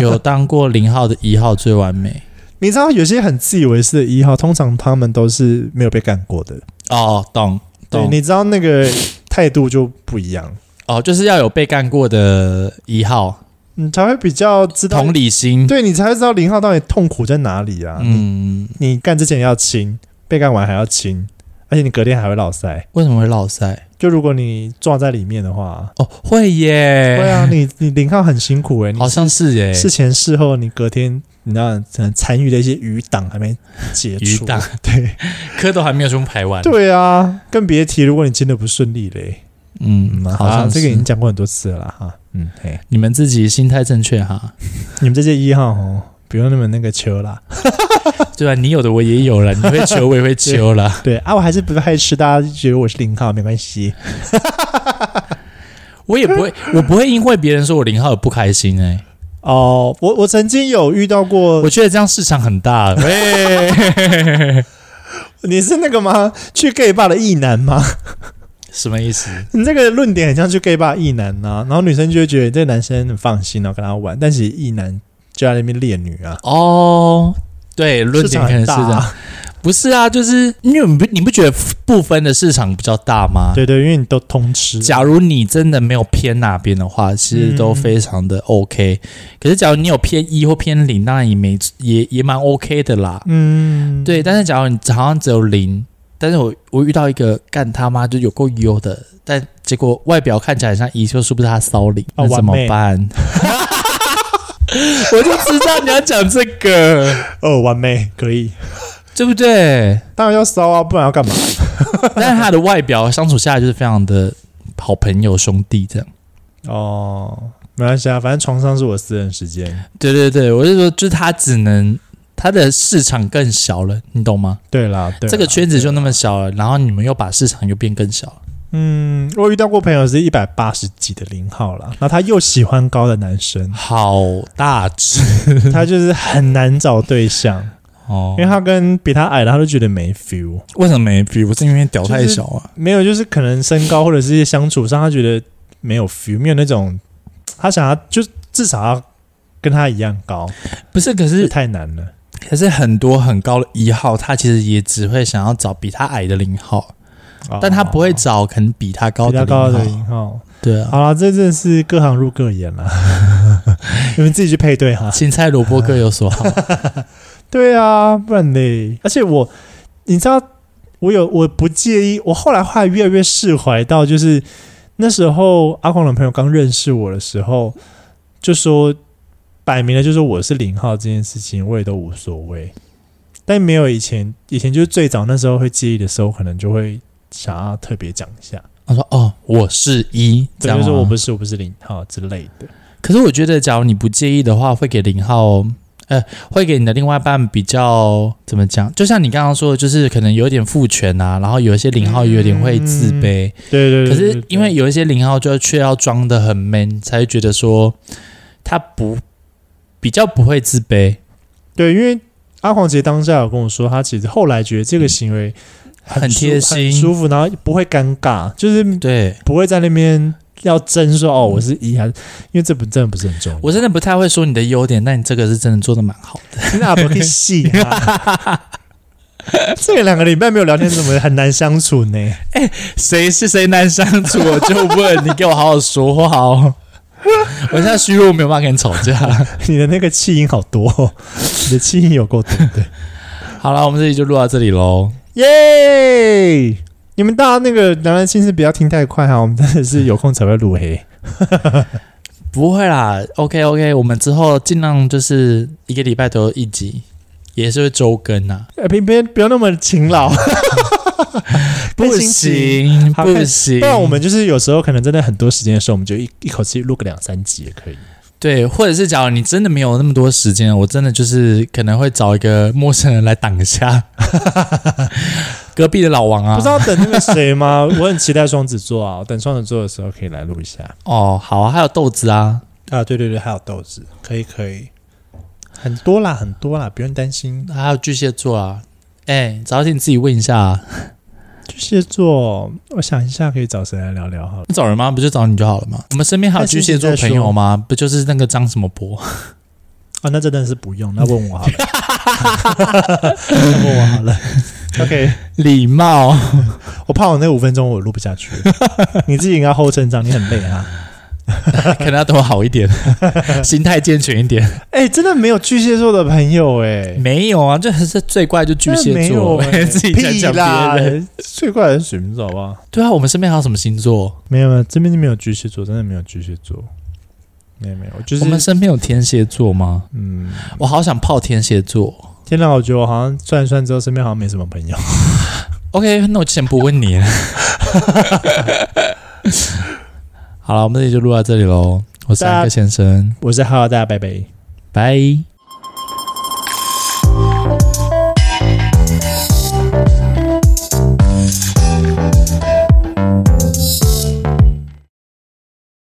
[SPEAKER 1] 有当过零号的一号最完美
[SPEAKER 2] 你知道有些很自以为是的一号，通常他们都是没有被干过的。
[SPEAKER 1] 哦，懂
[SPEAKER 2] 对，
[SPEAKER 1] 懂
[SPEAKER 2] 你知道那个态度就不一样，
[SPEAKER 1] 哦，就是要有被干过的一号，
[SPEAKER 2] 你才会比较知道
[SPEAKER 1] 同理心，
[SPEAKER 2] 对你才会知道零号到底痛苦在哪里啊！你
[SPEAKER 1] 嗯，
[SPEAKER 2] 你干之前要亲，被干完还要亲，而且你隔天还会落腮。
[SPEAKER 1] 为什么会落塞？
[SPEAKER 2] 就如果你撞在里面的话，
[SPEAKER 1] 哦，会耶，
[SPEAKER 2] 对啊，你你零号很辛苦诶、
[SPEAKER 1] 好
[SPEAKER 2] 你
[SPEAKER 1] 像是耶，
[SPEAKER 2] 事前事后你隔天你知道可能残余的一些余党还没解
[SPEAKER 1] 余
[SPEAKER 2] 除，
[SPEAKER 1] 党
[SPEAKER 2] 对
[SPEAKER 1] 课都还没有全部排完，，
[SPEAKER 2] 对啊，更别提如果你真的不顺利嘞。
[SPEAKER 1] 嗯，好
[SPEAKER 2] 啊
[SPEAKER 1] 像
[SPEAKER 2] 这个已
[SPEAKER 1] 是
[SPEAKER 2] 经讲过很多次了啦哈，嗯嘿，
[SPEAKER 1] 你们自己心态正确 [laughs] 哈，
[SPEAKER 2] 你们这些一号哦，不用那么那个求啦。
[SPEAKER 1] 对啊，你有的我也有了，你会求我也会求了，
[SPEAKER 2] 对啊，我还是不太吃，大家觉得我是零号没关系。
[SPEAKER 1] [laughs] 我也不会，我不会因为别人说我零号而不开心哎、
[SPEAKER 2] 哦，我我曾经有遇到过
[SPEAKER 1] 我，觉得这样市场很 [laughs] 大，喂，
[SPEAKER 2] 你是那个吗？去 gay bar 的异男吗？
[SPEAKER 1] 什么意思？
[SPEAKER 2] 你这个论点很像去 gay bar 异男呐、啊，然后女生就会觉得这个男生很放心，然后跟他玩，但其实异男就在那边猎女啊，
[SPEAKER 1] 哦，对，论
[SPEAKER 2] 市
[SPEAKER 1] 点
[SPEAKER 2] 场
[SPEAKER 1] 可能
[SPEAKER 2] 很
[SPEAKER 1] 是
[SPEAKER 2] 大
[SPEAKER 1] 这样，
[SPEAKER 2] 啊。
[SPEAKER 1] 不是啊，就是因为你不你不觉得部分的市场比较大吗？
[SPEAKER 2] 对对，因为你都通吃，
[SPEAKER 1] 假如你真的没有偏哪边的话，其实
[SPEAKER 2] 嗯
[SPEAKER 1] 都非常的 OK。可是假如你有偏一或偏零，当然也没也也蛮 OK 的啦。
[SPEAKER 2] 嗯，
[SPEAKER 1] 对，但是假如你好像只有零，但是我我遇到一个干他妈就有够优的，但结果外表看起来很像一，就是不是他骚灵，
[SPEAKER 2] 啊
[SPEAKER 1] 那怎么
[SPEAKER 2] 完美
[SPEAKER 1] 办？ [laughs] 我就知道你要讲这个，
[SPEAKER 2] 哦，完美，可以，
[SPEAKER 1] 对不对？ [laughs]
[SPEAKER 2] 当然要骚啊，不然要干嘛？
[SPEAKER 1] 但是他的外表相处下来就是非常的好朋友兄弟这样。
[SPEAKER 2] 哦，没关系啊，反正床上是我私人时间。
[SPEAKER 1] 对对对，我是说，就是他只能他的市场更小了，你懂吗？
[SPEAKER 2] 对啦，对啦
[SPEAKER 1] 这个圈子就那么小了，然后你们又把市场又变更小了。，
[SPEAKER 2] 嗯，我遇到过朋友是一百八十几的零号啦，那他又喜欢高的男生 [laughs]
[SPEAKER 1] 好大只
[SPEAKER 2] 他就是很难找对象，
[SPEAKER 1] 哦
[SPEAKER 2] 因为他跟比他矮的他都觉得没 feel，
[SPEAKER 1] 为什么没比？我是因为屌
[SPEAKER 2] 太小
[SPEAKER 1] 啊。
[SPEAKER 2] 没有就是可能身高或者是一些相处上他觉得没有 feel，没有那种他想要就至少要跟他一样高，
[SPEAKER 1] 不是，可
[SPEAKER 2] 这
[SPEAKER 1] 是
[SPEAKER 2] 太难了。
[SPEAKER 1] 可是很多很高的一号，他其实也只会想要找比他矮的零号，
[SPEAKER 2] 哦
[SPEAKER 1] 但他不会找可能比他高
[SPEAKER 2] 比
[SPEAKER 1] 的
[SPEAKER 2] 较
[SPEAKER 1] 零号。
[SPEAKER 2] 高的零号。
[SPEAKER 1] 对啊，
[SPEAKER 2] 好啦，这真的是各行入各眼
[SPEAKER 1] [laughs]
[SPEAKER 2] 啦，你们自己去配对哈。
[SPEAKER 1] 青菜萝卜各有所好。
[SPEAKER 2] 对啊，不然嘞。而且我，你知道，我有我不介意。我后来后来越来越释怀到，就是那时候阿狂的朋友刚认识我的时候，就说摆明了就说我是零号这件事情，我也都无所谓。但没有以前，以前就是最早那时候会介意的时候，可能就会想要特别讲一下，
[SPEAKER 1] 我说哦，我是一，这
[SPEAKER 2] 对，
[SPEAKER 1] 样吗
[SPEAKER 2] 就是我不是我不是零号之类的。
[SPEAKER 1] 可是我觉得，假如你不介意的话，会给零号，呃，会给你的另外一半比较怎么讲？就像你刚刚说的，就是可能有点父权啊，然后有一些零号有点会自卑。
[SPEAKER 2] 对对对
[SPEAKER 1] 可
[SPEAKER 2] 对
[SPEAKER 1] 是
[SPEAKER 2] 对
[SPEAKER 1] 因为有一些零号就却要装的很 man，才会觉得说他不比较不会自卑，
[SPEAKER 2] 对，因为阿黄其实当下有跟我说，他其实后来觉得这个行为
[SPEAKER 1] 很
[SPEAKER 2] 舒
[SPEAKER 1] 贴心
[SPEAKER 2] 很舒服，然后不会尴尬，就是
[SPEAKER 1] 对。
[SPEAKER 2] 不会在那边要争说哦，我是一还是，因为这不真的不是很重要。
[SPEAKER 1] 我真的不太会说你的优点，但你这个是真的做的蛮好的。
[SPEAKER 2] 那不可以细啊。
[SPEAKER 1] [laughs]
[SPEAKER 2] 这两个礼拜没有聊天，怎么很难相处呢？
[SPEAKER 1] 谁是谁难相处，我就问你，给我好好说话哦。 [laughs] 我现在虚弱，没有办法跟你吵架。
[SPEAKER 2] 你的那个气音好多、哦，你的气音有够多的，
[SPEAKER 1] 好了，我们这集就录到这里喽。
[SPEAKER 2] 耶！你们大家那个男人心是不要听太快哈、我们真的是有空才会录黑。
[SPEAKER 1] 不会啦，OK OK，我们之后尽量就是一个礼拜都有一集，也是会周更啊
[SPEAKER 2] [laughs]
[SPEAKER 1] 呐、
[SPEAKER 2] 呃，别别不要那么勤劳，
[SPEAKER 1] 不
[SPEAKER 2] 看心情
[SPEAKER 1] 行
[SPEAKER 2] 好
[SPEAKER 1] 不
[SPEAKER 2] 看
[SPEAKER 1] 行，
[SPEAKER 2] 不然我们就是有时候可能真的很多时间的时候，我们就一一口气录个两三集也可以。
[SPEAKER 1] 对，或者是假如你真的没有那么多时间，我真的就是可能会找一个陌生人来挡一
[SPEAKER 2] [laughs]
[SPEAKER 1] 下，隔壁的老王啊，
[SPEAKER 2] 不知道等那个谁吗？我很期待双子座啊，我等双子座的时候可以来录一下
[SPEAKER 1] 哦，好啊，还有豆子啊，
[SPEAKER 2] 啊。对对对，还有豆子，可以可以，很多啦很多啦，不用担心。
[SPEAKER 1] 还有巨蟹座啊，哎，早点自己问一下、啊，
[SPEAKER 2] 巨蟹座，我想一下可以找谁来聊聊好了。
[SPEAKER 1] 你找人吗？不就找你就好了吗？我们身边还有巨蟹座朋友吗？不就是那个张什么博？ [laughs]
[SPEAKER 2] 啊，那真的是不用，那问我好了，那问我好了。OK，
[SPEAKER 1] 礼貌，
[SPEAKER 2] 我怕我那五分钟我录不下 [laughs] 去，你自己应该后成长，你很累啊。
[SPEAKER 1] [laughs] 可能要对我好一点，心态健全一点。
[SPEAKER 2] 哎、真的没有巨蟹座的朋友哎、
[SPEAKER 1] 没有啊，这是最怪就巨蟹
[SPEAKER 2] 真的没有
[SPEAKER 1] 座，[laughs]
[SPEAKER 2] 欸
[SPEAKER 1] 自己在
[SPEAKER 2] 屁
[SPEAKER 1] 讲
[SPEAKER 2] 啦
[SPEAKER 1] 别人。，
[SPEAKER 2] 最怪的是水瓶座好不好？
[SPEAKER 1] 对啊，我们身边还有什么星座？
[SPEAKER 2] 没有没有，这边就没有巨蟹座，真的没有巨蟹座，没有没有，就是
[SPEAKER 1] 我们身边有天蝎座吗？
[SPEAKER 2] 嗯，
[SPEAKER 1] 我好想泡天蝎座。
[SPEAKER 2] 天哪，我觉得我好像算一算之后，身边好像没什么朋友。
[SPEAKER 1] OK，那我先不问 [laughs] 你了。好了，我们这里就录到这里喽。我是安克先生，
[SPEAKER 2] 我是浩浩，大家拜拜。
[SPEAKER 1] 拜。